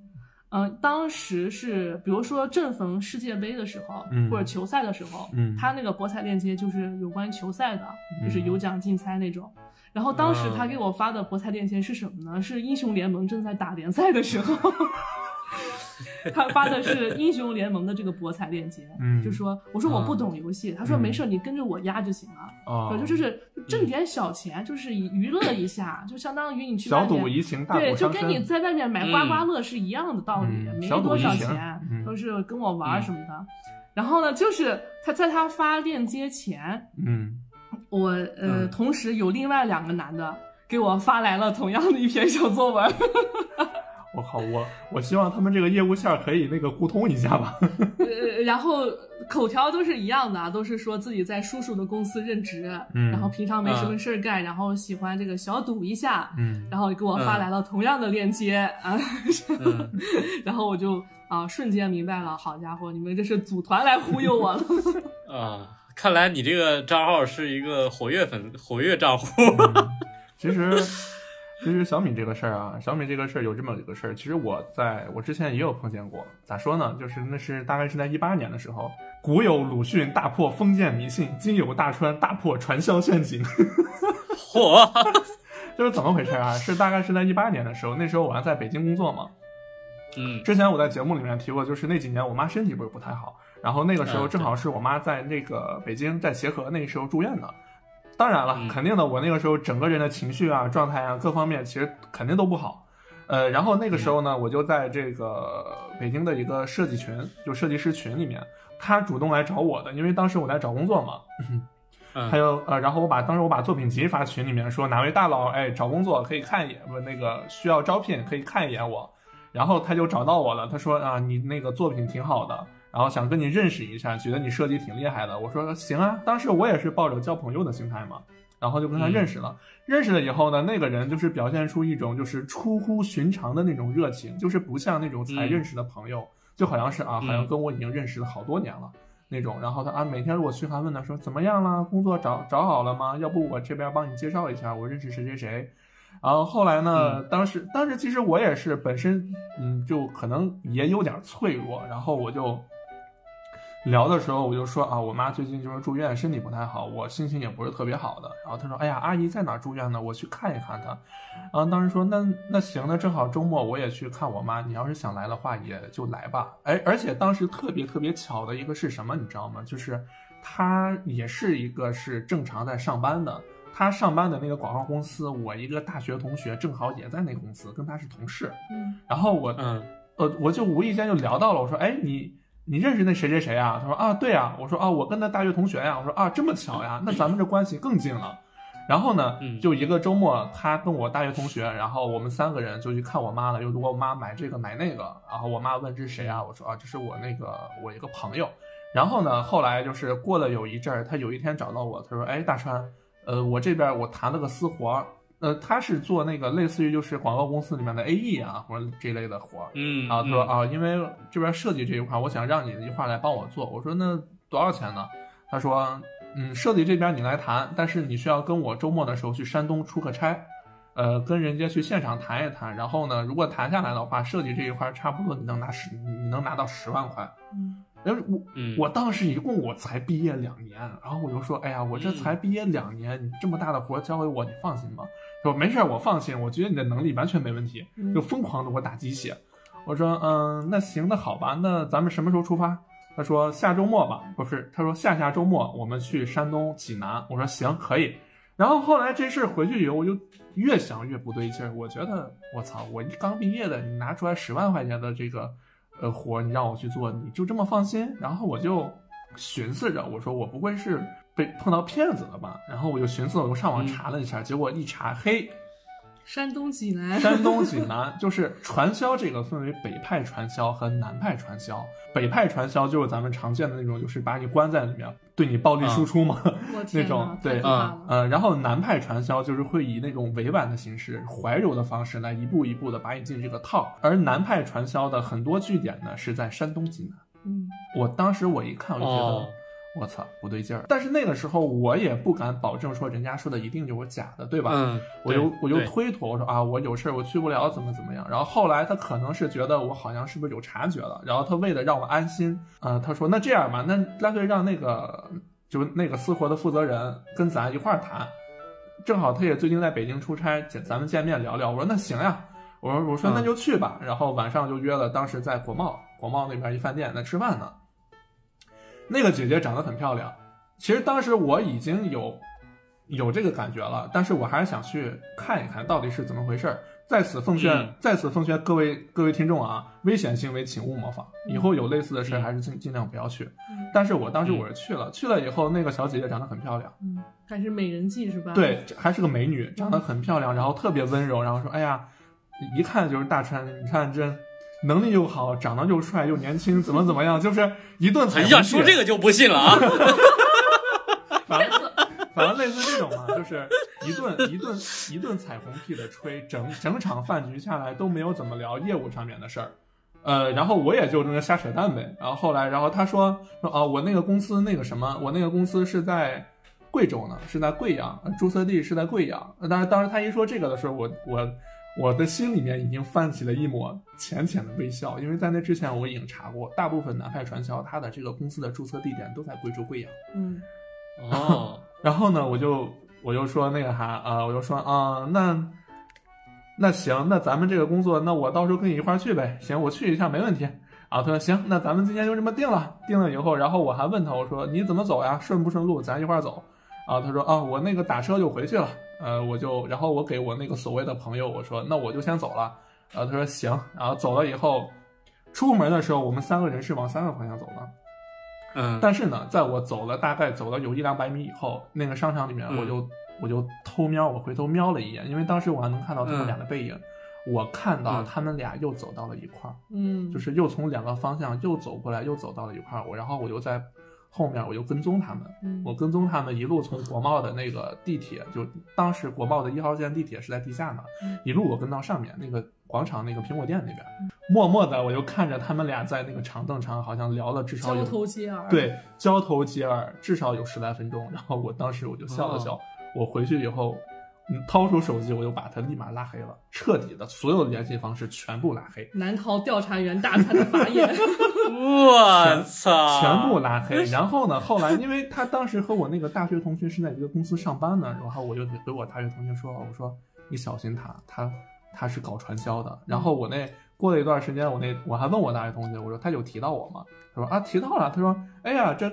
嗯、当时是比如说正逢世界杯的时候，嗯或者球赛的时候，嗯他那个博彩链接就是有关球赛的，嗯就是有奖竞猜那种。然后当时嗯他给我发的博彩链接是什么呢？是英雄联盟正在打联赛的时候， 他发的是英雄联盟的这个博彩链接，嗯就说我说我不懂游戏，他说没事儿，你跟着我压就行了。哦反正就是嗯挣点小钱，就是以娱乐一下，就相当于你去外小面赌怡情，大对，国伤就跟你身。在外面买刮刮乐是一样的道理，嗯没小赌多怡少情钱，嗯都是跟我玩儿什么的。然后呢，就是他在他发链接前，嗯我呃，嗯同时有另外两个男的给我发来了同样的一篇小作文。我靠，我我希望他们这个业务线儿可以那个互通一下吧。 呃，然后口条都是一样的啊，都是说自己在叔叔的公司任职，嗯然后平常没什么事儿干，然后喜欢这个小赌一下，嗯然后给我发来了同样的链接、啊，嗯， 然后我就啊瞬间明白了，好家伙，你们这是组团来忽悠我了。啊。看来 你这个账号是一个活跃粉活跃账户，其实其实小米这个事儿啊，小米这个事儿有这么一个事儿，其实我在我之前也有碰见过。咋说呢？就是那是大概是在一八年的时候，古有鲁迅大破封建迷信，今有大川大破传销陷阱。 嚯，就是怎么回事啊？是大概是在一八年的时候，那时候我还在北京工作嘛。嗯之前我在节目里面提过，就是那几年我妈身体不是不太好，然后那个时候嗯正好是我妈在那个北京，在协和那时候住院的。当然了，嗯肯定的，我那个时候整个人的情绪啊、状态啊各方面其实肯定都不好。呃，然后那个时候嗯呢，我就在这个北京的一个设计群，就设计师群里面，他主动来找我的，因为当时我在找工作嘛，还嗯有呃，然后我把当时我把作品集发群里面说哪位大佬哎找工作可以看一眼，不那个需要招聘可以看一眼我，然后他就找到我了，他说啊你那个作品挺好的，然后想跟你认识一下，觉得你设计挺厉害的。我说行啊，当时我也是抱着交朋友的心态嘛，然后就嗯跟他认识了。认识了以后呢，那个人就是表现出一种就是出乎寻常的那种热情，就是不像那种才嗯认识的朋友，就好像是啊，好像嗯跟我已经认识了好多年了。那种，然后他啊，每天我嘘寒问暖说怎么样啦，工作找找好了吗？要不我这边帮你介绍一下，我认识谁谁谁。然后后来呢，当时当时其实我也是本身，嗯，就可能也有点脆弱，然后我就聊的时候我就说啊，我妈最近就是住院，身体不太好，我心情也不是特别好的。然后她说，哎呀，阿姨在哪儿住院呢？我去看一看她。然后啊当时说，那那行，那正好周末我也去看我妈，你要是想来的话，也就来吧。哎，而且当时特别特别巧的一个是什么，你知道吗？就是她也是一个是正常在上班的，她上班的那个广告公司，我一个大学同学正好也在那个公司，跟她是同事。嗯然后我嗯呃，我就无意间就聊到了，我说，哎，你你认识那谁谁谁啊？他说啊，对啊。我说啊，我跟他大学同学呀、我说啊，这么巧呀，那咱们这关系更近了。然后呢嗯，就一个周末，他跟我大学同学，然后我们三个人就去看我妈了，又给我妈买这个买那个。然后我妈问这是谁啊？我说啊，这是我那个我一个朋友。然后呢，后来就是过了有一阵儿，他有一天找到我，他说，哎，大川，呃，我这边我谈了个私活儿。呃，他是做那个类似于就是广告公司里面的 AE 啊或者这类的活儿，嗯，然后他说嗯，啊，因为这边设计这一块，我想让你一块儿来帮我做。我说那多少钱呢？他说嗯，设计这边你来谈，但是你需要跟我周末的时候去山东出个差，呃，跟人家去现场谈一谈。然后呢，如果谈下来的话，设计这一块差不多你能拿十，你能拿到十万块。嗯然后我嗯我当时一共我才毕业两年，然后我就说，哎呀，我这嗯才毕业两年，你这么大的活交给我，你放心吗？他说没事儿，我放心，我觉得你的能力完全没问题，嗯就疯狂的给我打鸡血。我说，嗯，那行，那好吧，那咱们什么时候出发？他说下周末吧，不是，他说下下周末我们去山东济南。我说行，可以。然后后来这事儿回去以后，我就越想越不对劲儿。我觉得我操，我一刚毕业的，你拿出来十万块钱的这个呃活儿，你让我去做，你就这么放心？然后我就寻思着，我说我不会是被碰到骗子了吧？然后我就寻思，我就上网查了一下，结果一查，嘿， 山东济南，山东济南就是传销这个分为北派传销和南派传销。北派传销就是咱们常见的那种，就是把你关在里面，对你暴力输出嘛。我啊 天那呐种，太对可怕了呃，然后南派传销就是会以那种委婉的形式、怀柔的方式来一步一步的把你进这个套。而南派传销的很多据点呢是在山东济南。嗯我当时我一看我就觉得，哦我操不对劲儿。但是那个时候我也不敢保证说人家说的一定就是假的，对吧？嗯，我对就我就对推脱，我说啊，我有事儿，我去不了，怎么怎么样。然后后来他可能是觉得我好像是不是有察觉了，然后他为了让我安心，呃，他说那这样吧，那干脆让那个就那个私活的负责人跟咱一块儿谈，正好他也最近在北京出差，见咱们见面聊聊。我说那行呀，我说我说嗯那就去吧。然后晚上就约了，当时在国贸国贸那边一饭店那吃饭呢。那个姐姐长得很漂亮，其实当时我已经有有这个感觉了，但是我还是想去看一看到底是怎么回事儿。在此奉劝，嗯在此奉劝各位各位听众啊，危险行为请勿模仿，以后有类似的事儿嗯还是尽尽量不要去。嗯但是我当时我是去了，去了以后，那个小姐姐长得很漂亮，嗯，还是美人计是吧？对，还是个美女，长得很漂亮，然后特别温柔，然后说：“哎呀，一看就是大川，你看这能力又好，长得又帅又年轻，怎么怎么样，就是一顿哎踩。”呀，说这个就不信了啊，反正反正类似这种嘛，就是一顿一顿一顿彩虹屁的吹，整整场饭局下来都没有怎么聊业务上面的事儿。呃，然后我也就那么瞎扯淡呗。然后后来，然后他说说啊，我那个公司那个什么，我那个公司是在贵州呢，是在贵阳，呃注册地是在贵阳。呃当然，当时他一说这个的时候，我我我的心里面已经泛起了一抹浅浅的微笑，因为在那之前我已经查过，大部分南派传销它的这个公司的注册地点都在贵州贵阳。嗯， 哦，然后呢，我就我就说那个啥啊、我就说啊、那那行，那咱们这个工作，那我到时候跟你一块儿去呗。行，我去一下没问题。啊，他说行，那咱们今天就这么定了。定了以后，然后我还问他，我说你怎么走呀？顺不顺路？咱一块儿走。啊，他说啊，我那个打车就回去了。呃，我就然后我给我那个所谓的朋友，我说那我就先走了。啊，他说行。然后走了以后，出门的时候我们三个人是往三个方向走的。嗯，但是呢，在我走了大概走了有一两百米以后，那个商场里面嗯我就、我就偷瞄，我回头瞄了一眼，因为当时我还能看到他们嗯俩的背影，我看到嗯他们俩又走到了一块儿，嗯，就是又从两个方向又走过来，又走到了一块儿，我然后我就在后面我就跟踪他们，嗯我跟踪他们一路从国贸的那个地铁，就当时国贸的一号线地铁是在地下嘛嗯，一路我跟到上面那个广场那个苹果店那边，嗯默默的我就看着他们俩在那个长凳上好像聊了至少交有头接耳，，对，交头接耳，至少有十来分钟。然后我当时我就笑了笑，我回去以后，嗯，掏出手机，我就把他立马拉黑了，彻底的所有联系方式全部拉黑，难逃调查员大餐的法 眼。我操，全部拉黑。然后呢，后来因为他当时和我那个大学同学是在一个公司上班呢，然后我就给我大学同学说，哦我说你小心他，他他是搞传销的。然后我那过了一段时间，我那我还问我大学同学，我说他有提到我吗？他说啊提到了，他说哎呀这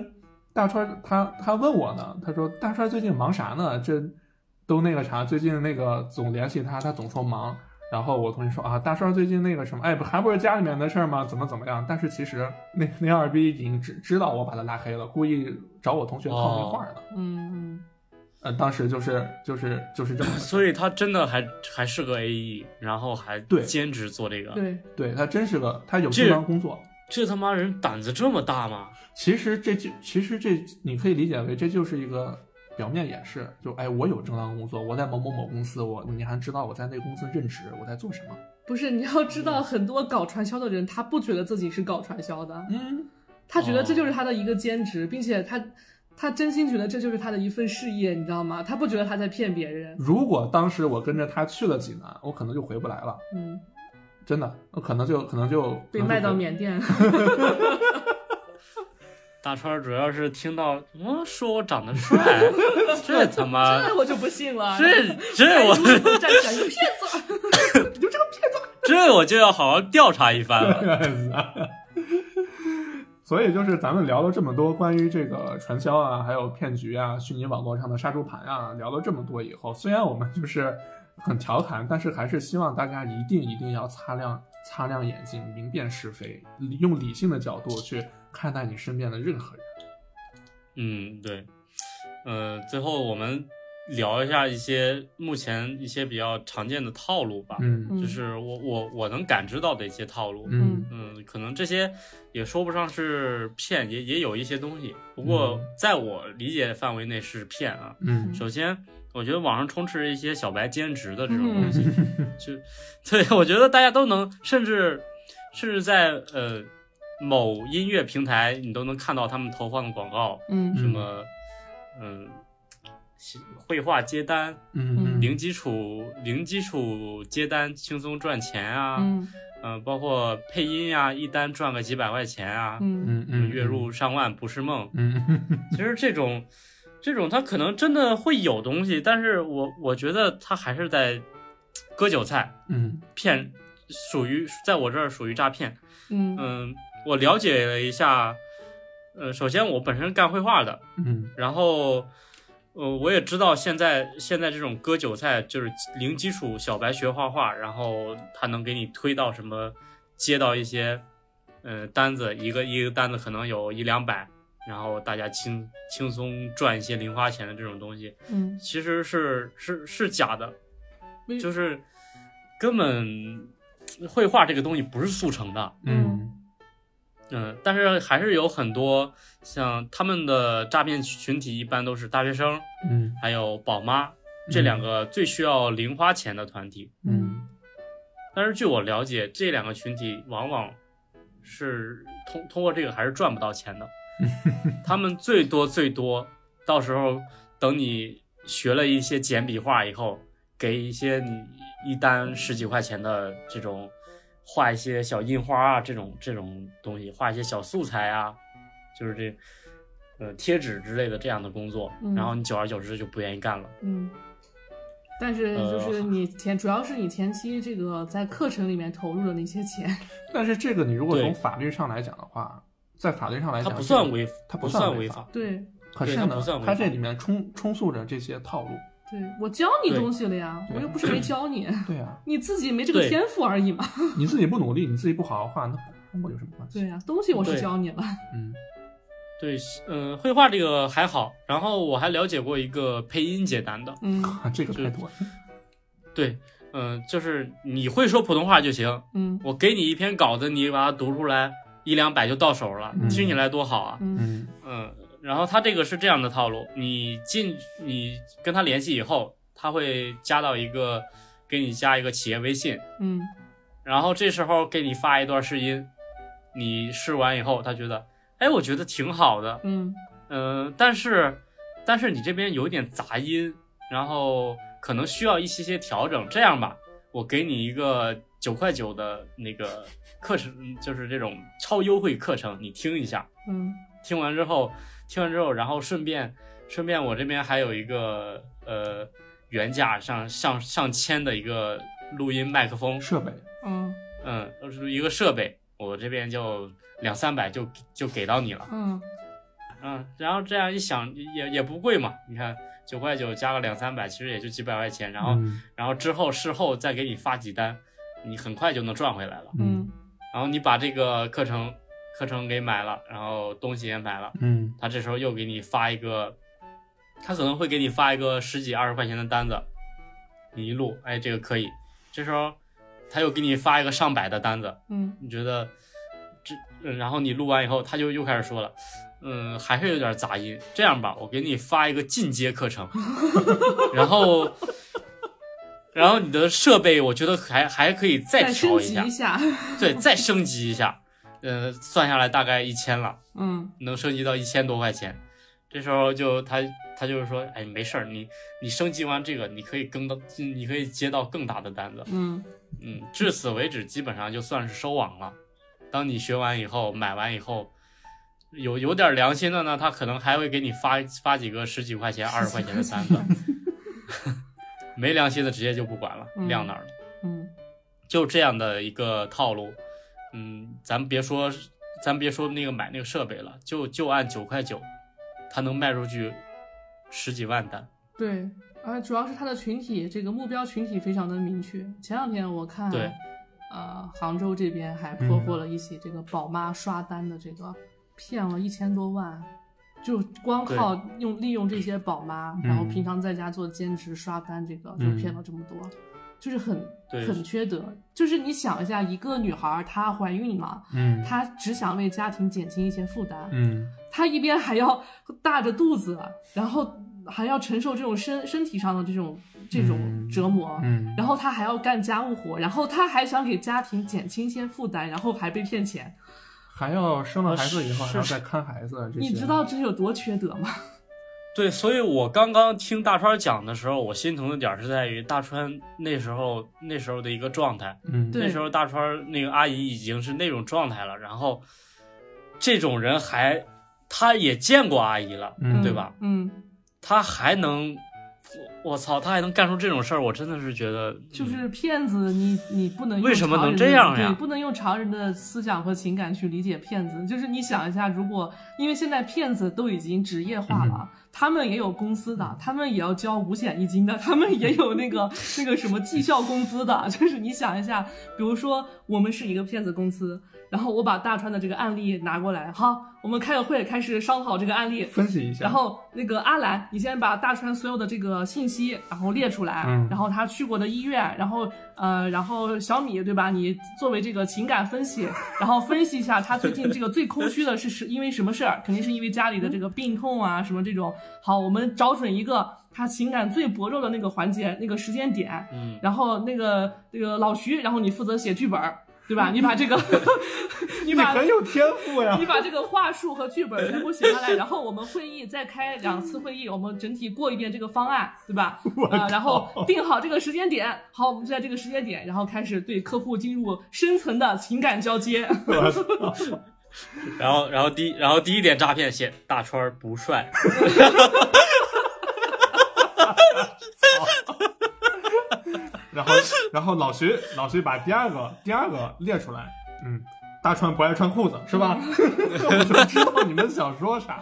大川儿他他问我呢，他说大川儿最近忙啥呢？这都那个啥，最近那个总联系他，他总说忙。然后我同学说啊，大川儿最近那个什么，哎，不还不是家里面的事儿吗？怎么怎么样？但是其实那那二逼已经知知道我把他拉黑了，故意找我同学套那话呢。哦嗯嗯，呃，当时就是就是就是这么个事儿，所以他真的还还是个 A E，然后还对兼职做这个，对，对他真是个他有这正当工作。这他妈人胆子这么大吗？其实这就其实这你可以理解为这就是一个表面掩饰，就哎我有正当工作，我在某某某公司，我你还知道我在那个公司任职，我在做什么。不是，你要知嗯道，很多搞传销的人，他不觉得自己是搞传销的，嗯，他觉得这哦就是他的一个兼职，并且他他真心觉得这就是他的一份事业，你知道吗？他不觉得他在骗别人。如果当时我跟着他去了济南，我可能就回不来了，嗯，真的，我可能就可能就被卖到。可能就回缅甸。大川主要是听到嗯说我长得 帅， 这他 妈这我就不信了。这这 我 哎如果站起来，你骗子！ 这我就要好好调查一番了。所以就是咱们聊了这么多关于这个传销啊，还有骗局啊，虚拟网络上的杀猪盘啊，聊了这么多以后，虽然我们就是很调侃，但是还是希望大家一定一定要擦亮擦亮眼睛，明辨是非，用理性的角度去看待你身边的任何人。嗯，对，呃，最后我们聊一下一些目前一些比较常见的套路吧，嗯 就是我我我能感知到的一些套路。嗯嗯，可能这些也说不上是骗，也也有一些东西，不过嗯在我理解范围内是骗啊。嗯首先，我觉得网上充斥着一些小白兼职的这种嗯东西，就对我觉得大家都能，甚至甚至在呃某音乐平台，你都能看到他们投放的广告，嗯什么嗯、绘画接单，嗯零基础零基础接单轻松赚钱啊，嗯、嗯包括配音啊，一单赚个几百块钱啊，嗯嗯嗯，月入上万不是梦，嗯其实这种，这种他可能真的会有东西，但是我我觉得他还是在割韭菜嗯骗，属于在我这儿属于诈骗。嗯嗯，我了解了一下，呃，首先我本身干绘画的，嗯然后，呃，我也知道现在现在这种割韭菜就是零基础小白学画画，然后他能给你推到什么，接到一些，呃，单子，一个一个单子可能有一两百，然后大家轻轻松赚一些零花钱的这种东西，嗯，其实是是是假的，为就是根本绘画这个东西不是速成的，嗯嗯，但是还是有很多像他们的诈骗群体，一般都是大学生，嗯还有宝妈这两个最需要零花钱的团体。嗯但是据我了解，这两个群体往往是通通过这个还是赚不到钱的，他们最多最多到时候等你学了一些简笔画以后，给一些你一单十几块钱的这种画一些小印花啊，这种这种东西，画一些小素材啊，就是这呃贴纸之类的这样的工作，嗯然后你久而久之就不愿意干了。嗯，但是呃 就是你前、主要是你前期这个在课程里面投入的那些钱，但是这个你如果对从法律上来讲的话，在法律上来它讲，不算违，它不不算算违违法法。对可对是它呢不算，违它这法里面充充塑着这些 套路。对，我教你对东西了呀，我又不是没教你，对啊，你自己没这个对天赋而已嘛。你自己不努力，你自己不好好画，那跟我有什么关系？对呀、东西我是对教你了。嗯， 对，嗯，绘画这个还好，然后我还了解过一个配音解难的，嗯啊这个就太多了。对，嗯、就是你会说普通话就行，嗯我给你一篇稿子，你把它读出来，一两百就到手了，嗯听起来多好啊，嗯嗯嗯，然后他这个是这样的套路，你进你跟他联系以后，他会加到一个给你加一个企业微信，嗯然后这时候给你发一段试音，你试完以后，他觉得，哎，我觉得挺好的，嗯呃，但是但是你这边有一点杂音，然后可能需要一些些调整。这样吧，我给你一个九块九的那个课程，嗯就是这种超优惠课程，你听一下。嗯听完之后，听完之后，然后顺便顺便我这边还有一个呃原价上上上千的一个录音麦克风，设备，嗯嗯，就是一个设备，我这边就两三百就就给到你了。嗯，嗯，然后这样一想也也不贵嘛，你看九块九加个两三百，其实也就几百块钱，然后、嗯然后之后事后再给你发几单，你很快就能赚回来了。嗯然后你把这个课程课程给买了，然后东西也买了，嗯他这时候又给你发一个，他可能会给你发一个十几二十块钱的单子，你一录，哎，这个可以。这时候他又给你发一个上百的单子，嗯你觉得这，嗯然后你录完以后，他就又开始说了，嗯，还是有点杂音。这样吧，我给你发一个进阶 课程，然后，然后你的设备，我觉得还还可以再嗯再升调级下，一下。对，再升级一下。嗯，算下来大概一千了，嗯能升级到一千多块钱。这时候就他他就是说，哎，没事儿，你你升级完这个，你可以更到，你可以接到更大的单子。嗯嗯，至此为止，基本上就算是收网了。当你学完以后，买完以后，有有点良心的呢，他可能还会给你发发几个十几块钱、二十块钱的单子；没良心的直接就不管了，嗯晾那儿了。 嗯就这样的一个套路。嗯，咱别说，咱别说那个买那个设备了，就就按九块九，他能卖出去十几万单。对，而主要是他的群体这个目标群体非常的明确。前两天我看对，呃，杭州这边还破获了一起这个宝妈刷单的这个，骗了一千多万。就光靠用利用这些宝妈，然后嗯平常在家做兼职刷单，这个就嗯骗了这么多，就是很对很缺德。就是你想一下，一个女孩儿她怀孕了，嗯她只想为家庭减轻一些负担，嗯她一边还要大着肚子，然后还要承受这种身身体上的这种这种嗯折磨，嗯，然后她还要干家务活，然后她还想给家庭减轻一些负担，然后还被骗钱，还要生了孩子以后是还要再看孩子，这些你知道这有多缺德吗？对，所以我刚刚听大川讲的时候，我心疼的点儿是在于大川那时候那时候的一个状态。嗯对那时候大川那个阿姨已经是那种状态了，然后这种人还他也见过阿姨了，嗯对吧？嗯，他还能，我我操，他还能干出这种事儿，我真的是觉得就是骗子，你你不能用嗯为什么常人能这样的呀对，不能用常人的思想和情感去理解骗子。就是你想一下，如果因为现在骗子都已经职业化嗯了，他们也有公司的，他们也要交五险一金的，他们也有那个那个什么绩效工资的。就是你想一下，比如说我们是一个骗子公司，然后我把大川的这个案例拿过来，好，我们开个会，开始商讨这个案例。分析一下，然后那个阿兰，你先把大川所有的这个信息，然后列出来，嗯然后他去过的医院，然后呃，然后小米对吧？你作为这个情感分析，然后分析一下他最近这个最空虚的是是因为什么事儿？肯定是因为家里的这个病痛啊，什么这种。好，我们找准一个他情感最薄弱的那个环节、那个时间点，嗯，然后那个那个老徐，然后你负责写剧本儿，对 吧？你把这个， 你你把很有天赋呀你！把这个话术和剧本全部写下来，然后我们会议再开两次会议，我们整体过一遍这个方案，对吧？啊、然后定好这个时间点，好，我们就在这个时间点，然后开始对客户进入深层的情感交接。 我 操，嗯然后，然后第一，然后第一点诈骗写大川儿不帅，然后然后老徐老徐把第二个第二个列出来，嗯，大川不爱穿裤子是吧？ 我就知道你们想说啥。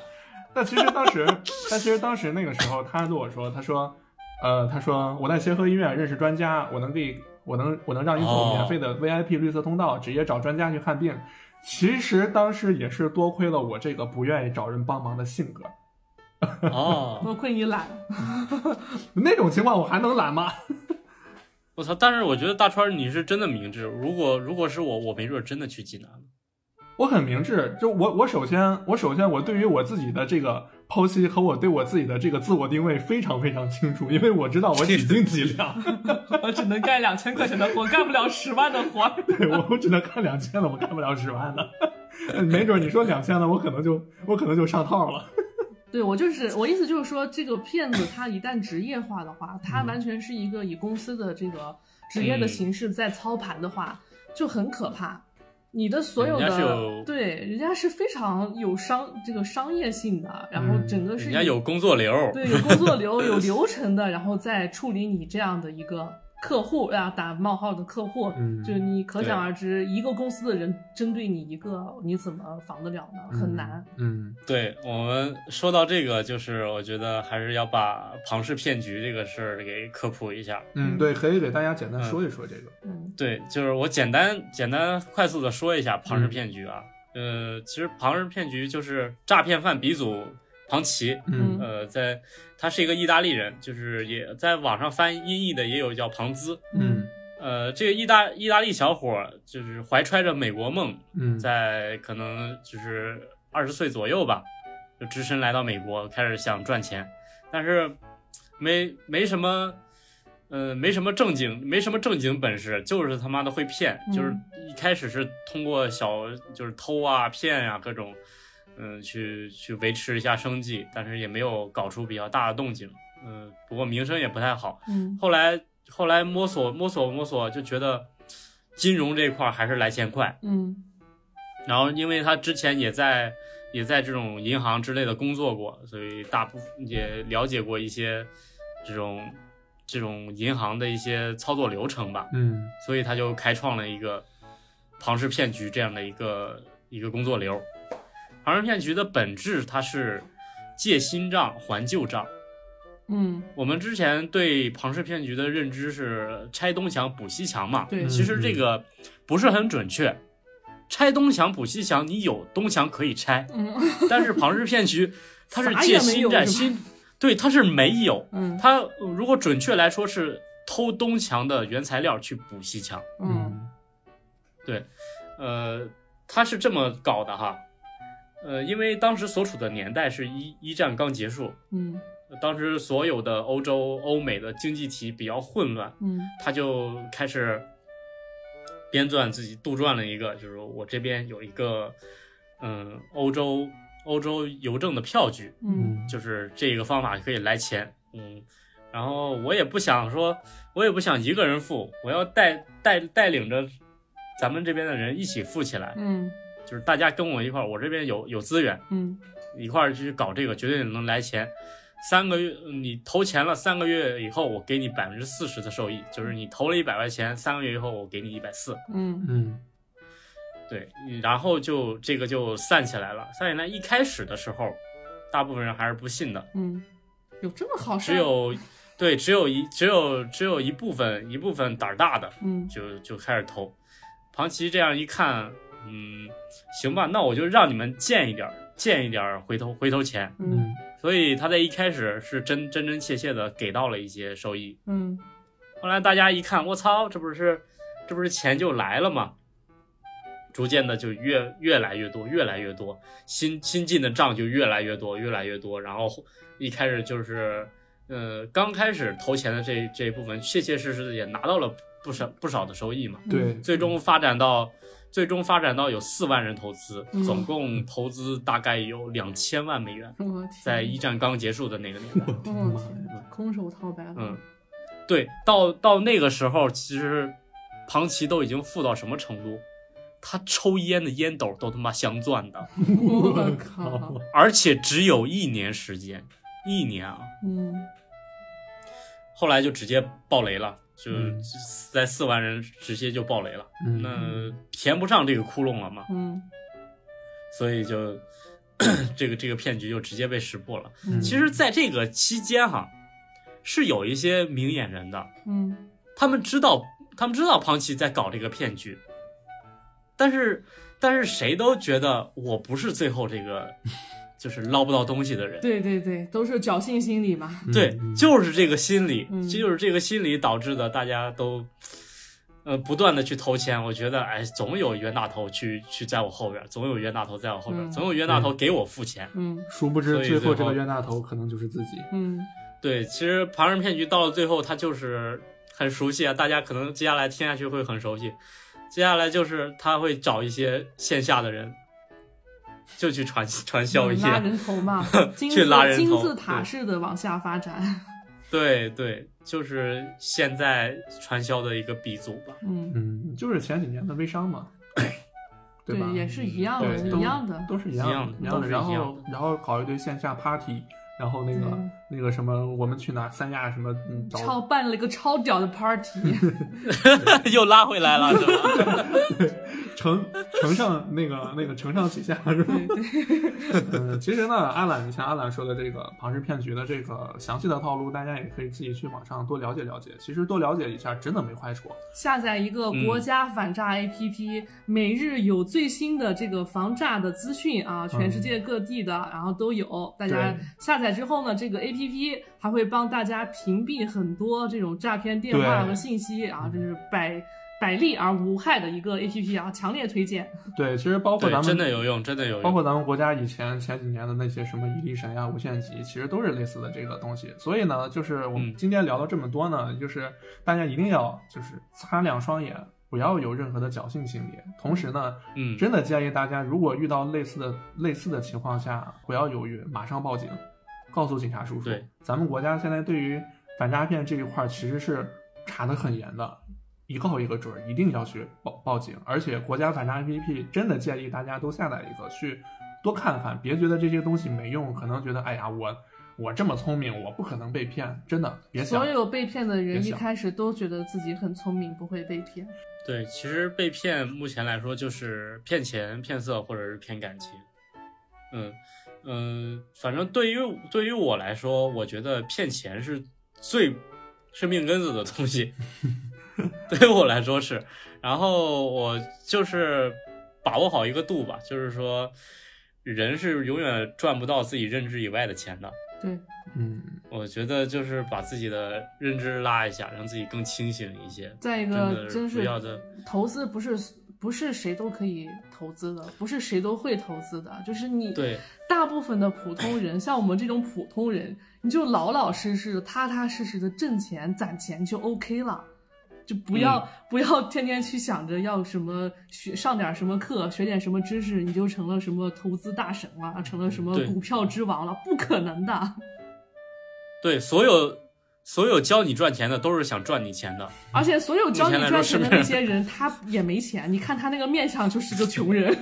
但其实当时， 但其实当时那个时候，他跟我说，他说，呃，他说我在协和医院认识专家，我能给我能我能让你走哦免费的 VIP 绿色通道，直接找专家去看病。其实当时也是多亏了我这个不愿意找人帮忙的性格，哦， 多亏你懒，那种情况我还能懒吗？我操！但是我觉得大川儿你是真的明智，如果如果是我，我没准儿真的去济南了。我很明智，就我我首先我首先我对于我自己的这个剖析和我对我自己的这个自我定位非常非常清楚，因为我知道我几斤几两，我只能干两千块钱的活，干不了十万的活。对我我只能干两千了，我干不了十万的，没准你说两千了，我可能就我可能就上套了。对我就是我意思就是说，这个骗子他一旦职业化的话，他嗯完全是一个以公司的这个职业的形式在操盘的话，就很可怕。你的所有人家是的有对，人家是非常有商这个商业性的，然后嗯整个是人家有工作流，对有工作流、有流程的，然后再处理你这样的一个客户啊，打冒号的客户，嗯就你可想对而知，一个公司的人针对你一个，你怎么防得了呢？很难。嗯，对我们说到这个，就是我觉得还是要把庞氏骗局这个事儿给科普一下。嗯，对，可以给大家简单说一说这个。嗯对，就是我简单简单快速的说一下庞氏骗局啊。呃，其实庞氏骗局就是诈骗犯鼻祖庞奇，嗯呃，在他是一个意大利人，就是也在网上翻音译的也有叫庞兹。嗯呃，这个意大意大利小伙儿就是怀揣着美国梦，嗯在可能就是二十岁左右吧，就只身来到美国，开始想赚钱，但是没没什么，呃，没什么正经，没什么正经本事，就是他妈的会骗，嗯就是一开始是通过小就是偷啊、骗啊各种，嗯、去去维持一下生计，但是也没有搞出比较大的动静，嗯、不过名声也不太好，嗯后来后来摸索摸索摸索，就觉得金融这一块儿还是来钱快。嗯然后因为他之前也在也在这种银行之类的工作过，所以大部分也了解过一些这种这种银行的一些操作流程吧。嗯所以他就开创了一个庞氏骗局这样的一个一个工作流。庞氏骗局的本质，它是借新账还旧账。嗯，我们之前对庞氏骗局的认知是拆东墙补西墙嘛，对其实这个不是很准确。拆东墙补西墙，你有东墙可 以拆，嗯但是庞氏骗局它是啥也借没有新债是吧新，对，它是没有，嗯它呃如果准确来说是偷东墙的原材料去补西墙，嗯呃，它是这么搞的哈，呃，因为当时所处的年代是一一战刚结束，嗯当时所有的欧洲、欧美的经济体比较混乱，嗯他就开始编撰自己杜撰了一个，就是我这边有一个，嗯，欧洲欧洲邮政的票据，嗯就是这个方法可以来钱，嗯，然后我也不想说，我也不想一个人付，我要带带带领着咱们这边的人一起付起来，嗯就是大家跟我一块儿，我这边有有资源，嗯一块儿去搞这个，绝对能来钱。三个月，你投钱了，三个月以后我给你百分之四十的收益，就是你投了一百块钱，三个月以后我给你一百四，嗯嗯对，然后就这个就散起来了。散起来一开始的时候，大部分人还是不信的，嗯，有这么好事？只有对，只有一只有只有一部分一部分胆儿大的嗯就就开始投。庞奇这样一看，嗯，行吧，那我就让你们见一点儿，见一点儿回头回头钱，嗯所以他在一开始是真真真切切的给到了一些收益。嗯后来大家一看，我操，这不是这不是钱就来了吗？逐渐的就越越来越多，越来越多，新新进的账就越来越多，越来越多。然后一开始就是，呃，刚开始投钱的这这一部分，切切实实的也拿到了不少不少的收益嘛。嗯对，最终发展到最终发展到有四万人投资嗯，总共投资大概有两千万美元，我天，在一战刚结束的那个年代。我的妈呀！空手套白狼，嗯，对，到到那个时候，其实庞奇都已经富到什么程度？他抽烟的烟斗都他妈镶钻的，我靠，而且只有一年时间，一年啊！嗯，后来就直接爆雷了，就嗯在四万人直接就爆雷了，嗯那填不上这个窟窿了嘛，嗯所以就 这个这个骗局就直接被识破了。嗯，其实，在这个期间哈，是有一些明眼人的，嗯他们知道，他们知道庞奇在搞这个骗局，但是，但是谁都觉得我不是最后 这个，就是捞不到东西的人。对对对，都是侥幸心理嘛，对，就是这个心理嗯，就是这个心理导致的，大家都，呃，不断的去投钱。我觉得，哎，总有冤大头去去在我后边，总有冤大头在我后边，嗯总有冤大头给我付钱。嗯殊不知所以最后最这个后冤大头可能就是自己。 嗯对，其实庞氏骗局到了最后，它就是很熟悉啊，大家可能接下来听下去会很熟悉。接下来就是他会找一些线下的人，就去传传销一嗯拉些，人头嘛，金 去字拉人头金字塔对式的往下发展，对对，就是现在传销的一个鼻祖吧。嗯，嗯，就是前几年的微商 嘛，对嗯吧？也是一样的，对一样的，都是一一样样的的，一样都是然一后样然后搞一堆线下 party，然后那个对那个什么，我们去哪三亚什么，嗯，超找办了一个超屌的 party，又拉回来了，是 吧？承承上那个那个承上启下是吧？对 对，嗯，其实呢，阿懒，你像阿懒说的这个庞氏骗局的这个详细的套路，大家也可以自己去网上多了解了解。其实多了解一下，真的没坏处。下载一个国嗯家反诈 APP，、每日有最新的这个防诈的资讯啊，全世界各地的，然后都有。大家嗯对下载之后呢，这个 APP 还会帮大家屏蔽很多这种诈骗电话对嗯和信息啊，这是百百利而无害的一个 APP 啊，强烈推荐。对，其实包括对咱，们真的有用，真的有包括用。咱们国家以前前几年的那些什么伊力神呀、无限极，其实都是类似的这个东西。所以呢，就是我们嗯今天聊了这么多呢，就是大家一定要就是擦亮双眼，不要有任何的侥幸心理。同时呢，嗯，真的建议大家，如果遇到类似的类似的情况下，不要犹豫，马上报警，告诉警察叔叔对。咱们国家现在对于反诈骗这一块儿其实是查得很严的，一告一个准儿，一定要去报报警。而且国家反诈 APP 真的建议大家都下载一个去多看看，别觉得这些东西没用，可能觉得哎呀我我这么聪明，我不可能被骗，真的别想所。有被骗的别人一想开始都觉得自己很聪明，不会被骗。对，其实被骗目前来说就是骗钱、骗色或者是骗感情。嗯嗯、反正对于对于我来说，我觉得骗钱是最是命根子的东西，对于我来说是。然后我就是把握好一个度吧，就是说，人是永远赚不到自己认知以外的钱的。对，嗯，我觉得就是把自己的认知拉一下，让自己更清醒一些。再一个，真真的是不要的投资不是不是谁都可以投资的，不是谁都会投资的，就是你对，大部分的普通人，像我们这种普通人，你就老老实实、踏踏实实的挣钱、攒钱就 OK 了。就不要、嗯不要天天去想着要什么学上点什么课，学点什么知识，你就成了什么投资大神了，成了什么嗯对股票之王了，不可能的。对，所有所有教你赚钱的都是想赚你钱的，而且所有教你目前来赚说钱的是不是那些人，他也没钱。你看他那个面相就是个穷人。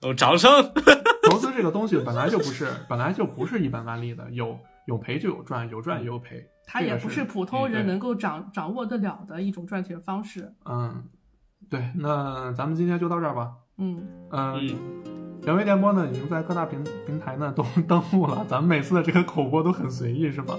哦，掌声！ 投资这个东西本来就不是本来就不是一本万利的，有有赔就有赚，有赚也有赔。他这也个不是是普通嗯人对能够掌掌握得了的一种赚钱方式。嗯，对，那咱们今天就到这儿吧。嗯，嗯，嗯，两位电波呢已经在各大平平台呢 都登录了，咱们每次的这个口播都很随意，是吧？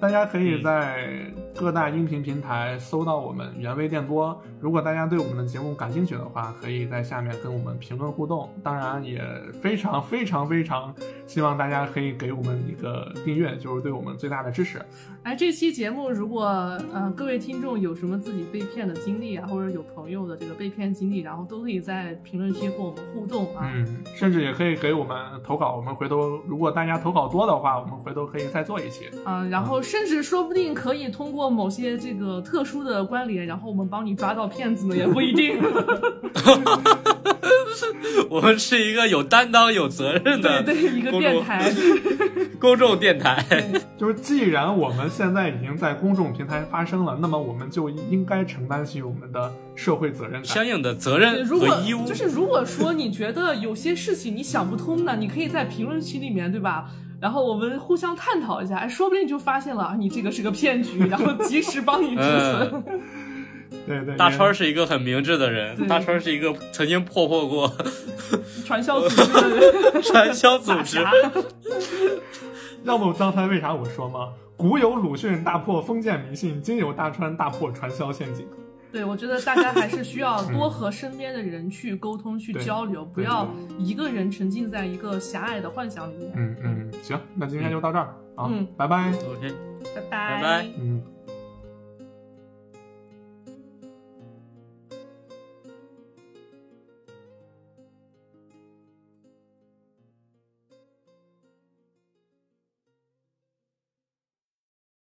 大家可以嗯在各大音频平台搜到我们原味电波。如果大家对我们的节目感兴趣的话，可以在下面跟我们评论互动。当然，也非常非常非常希望大家可以给我们一个订阅，就是对我们最大的支持。哎，这期节目如果呃各位听众有什么自己被骗的经历啊，或者有朋友的这个被骗经历，然后都可以在评论区和我们互动啊。嗯，甚至也可以给我们投稿，我们回头如果大家投稿多的话，我们回头可以再做一期。嗯、然后甚至说不定可以通过某些这个特殊的关联，然后我们帮你抓到骗子呢，也不一定。我们是一个有担当、有责任对的对，一个公电众台，公众电台。就是既然我们现在已经在公众平台发声了，那么我们就应该承担起我们的社会责任感。相应的责对任如果和义务，就是如果说你觉得有些事情你想不通呢，你可以在评论区里面，对吧？然后我们互相探讨一下，哎，说不定你就发现了啊你这个是个骗局，然后及时帮你止损。嗯，对对，大也川是一个很明智的人，对大川是一个曾经破获过 传销组织的传销组大织侠，，要不刚才为啥我说吗？古有鲁迅大破封建迷信，今有大川大破传销陷阱。对我觉得大家还是需要多和身边的人去沟通、去对交流，不对嗯要一个人沉浸在一个狭隘的幻想里面。嗯嗯，行，那今天就到这儿啊嗯，拜拜。 OK。拜拜拜嗯。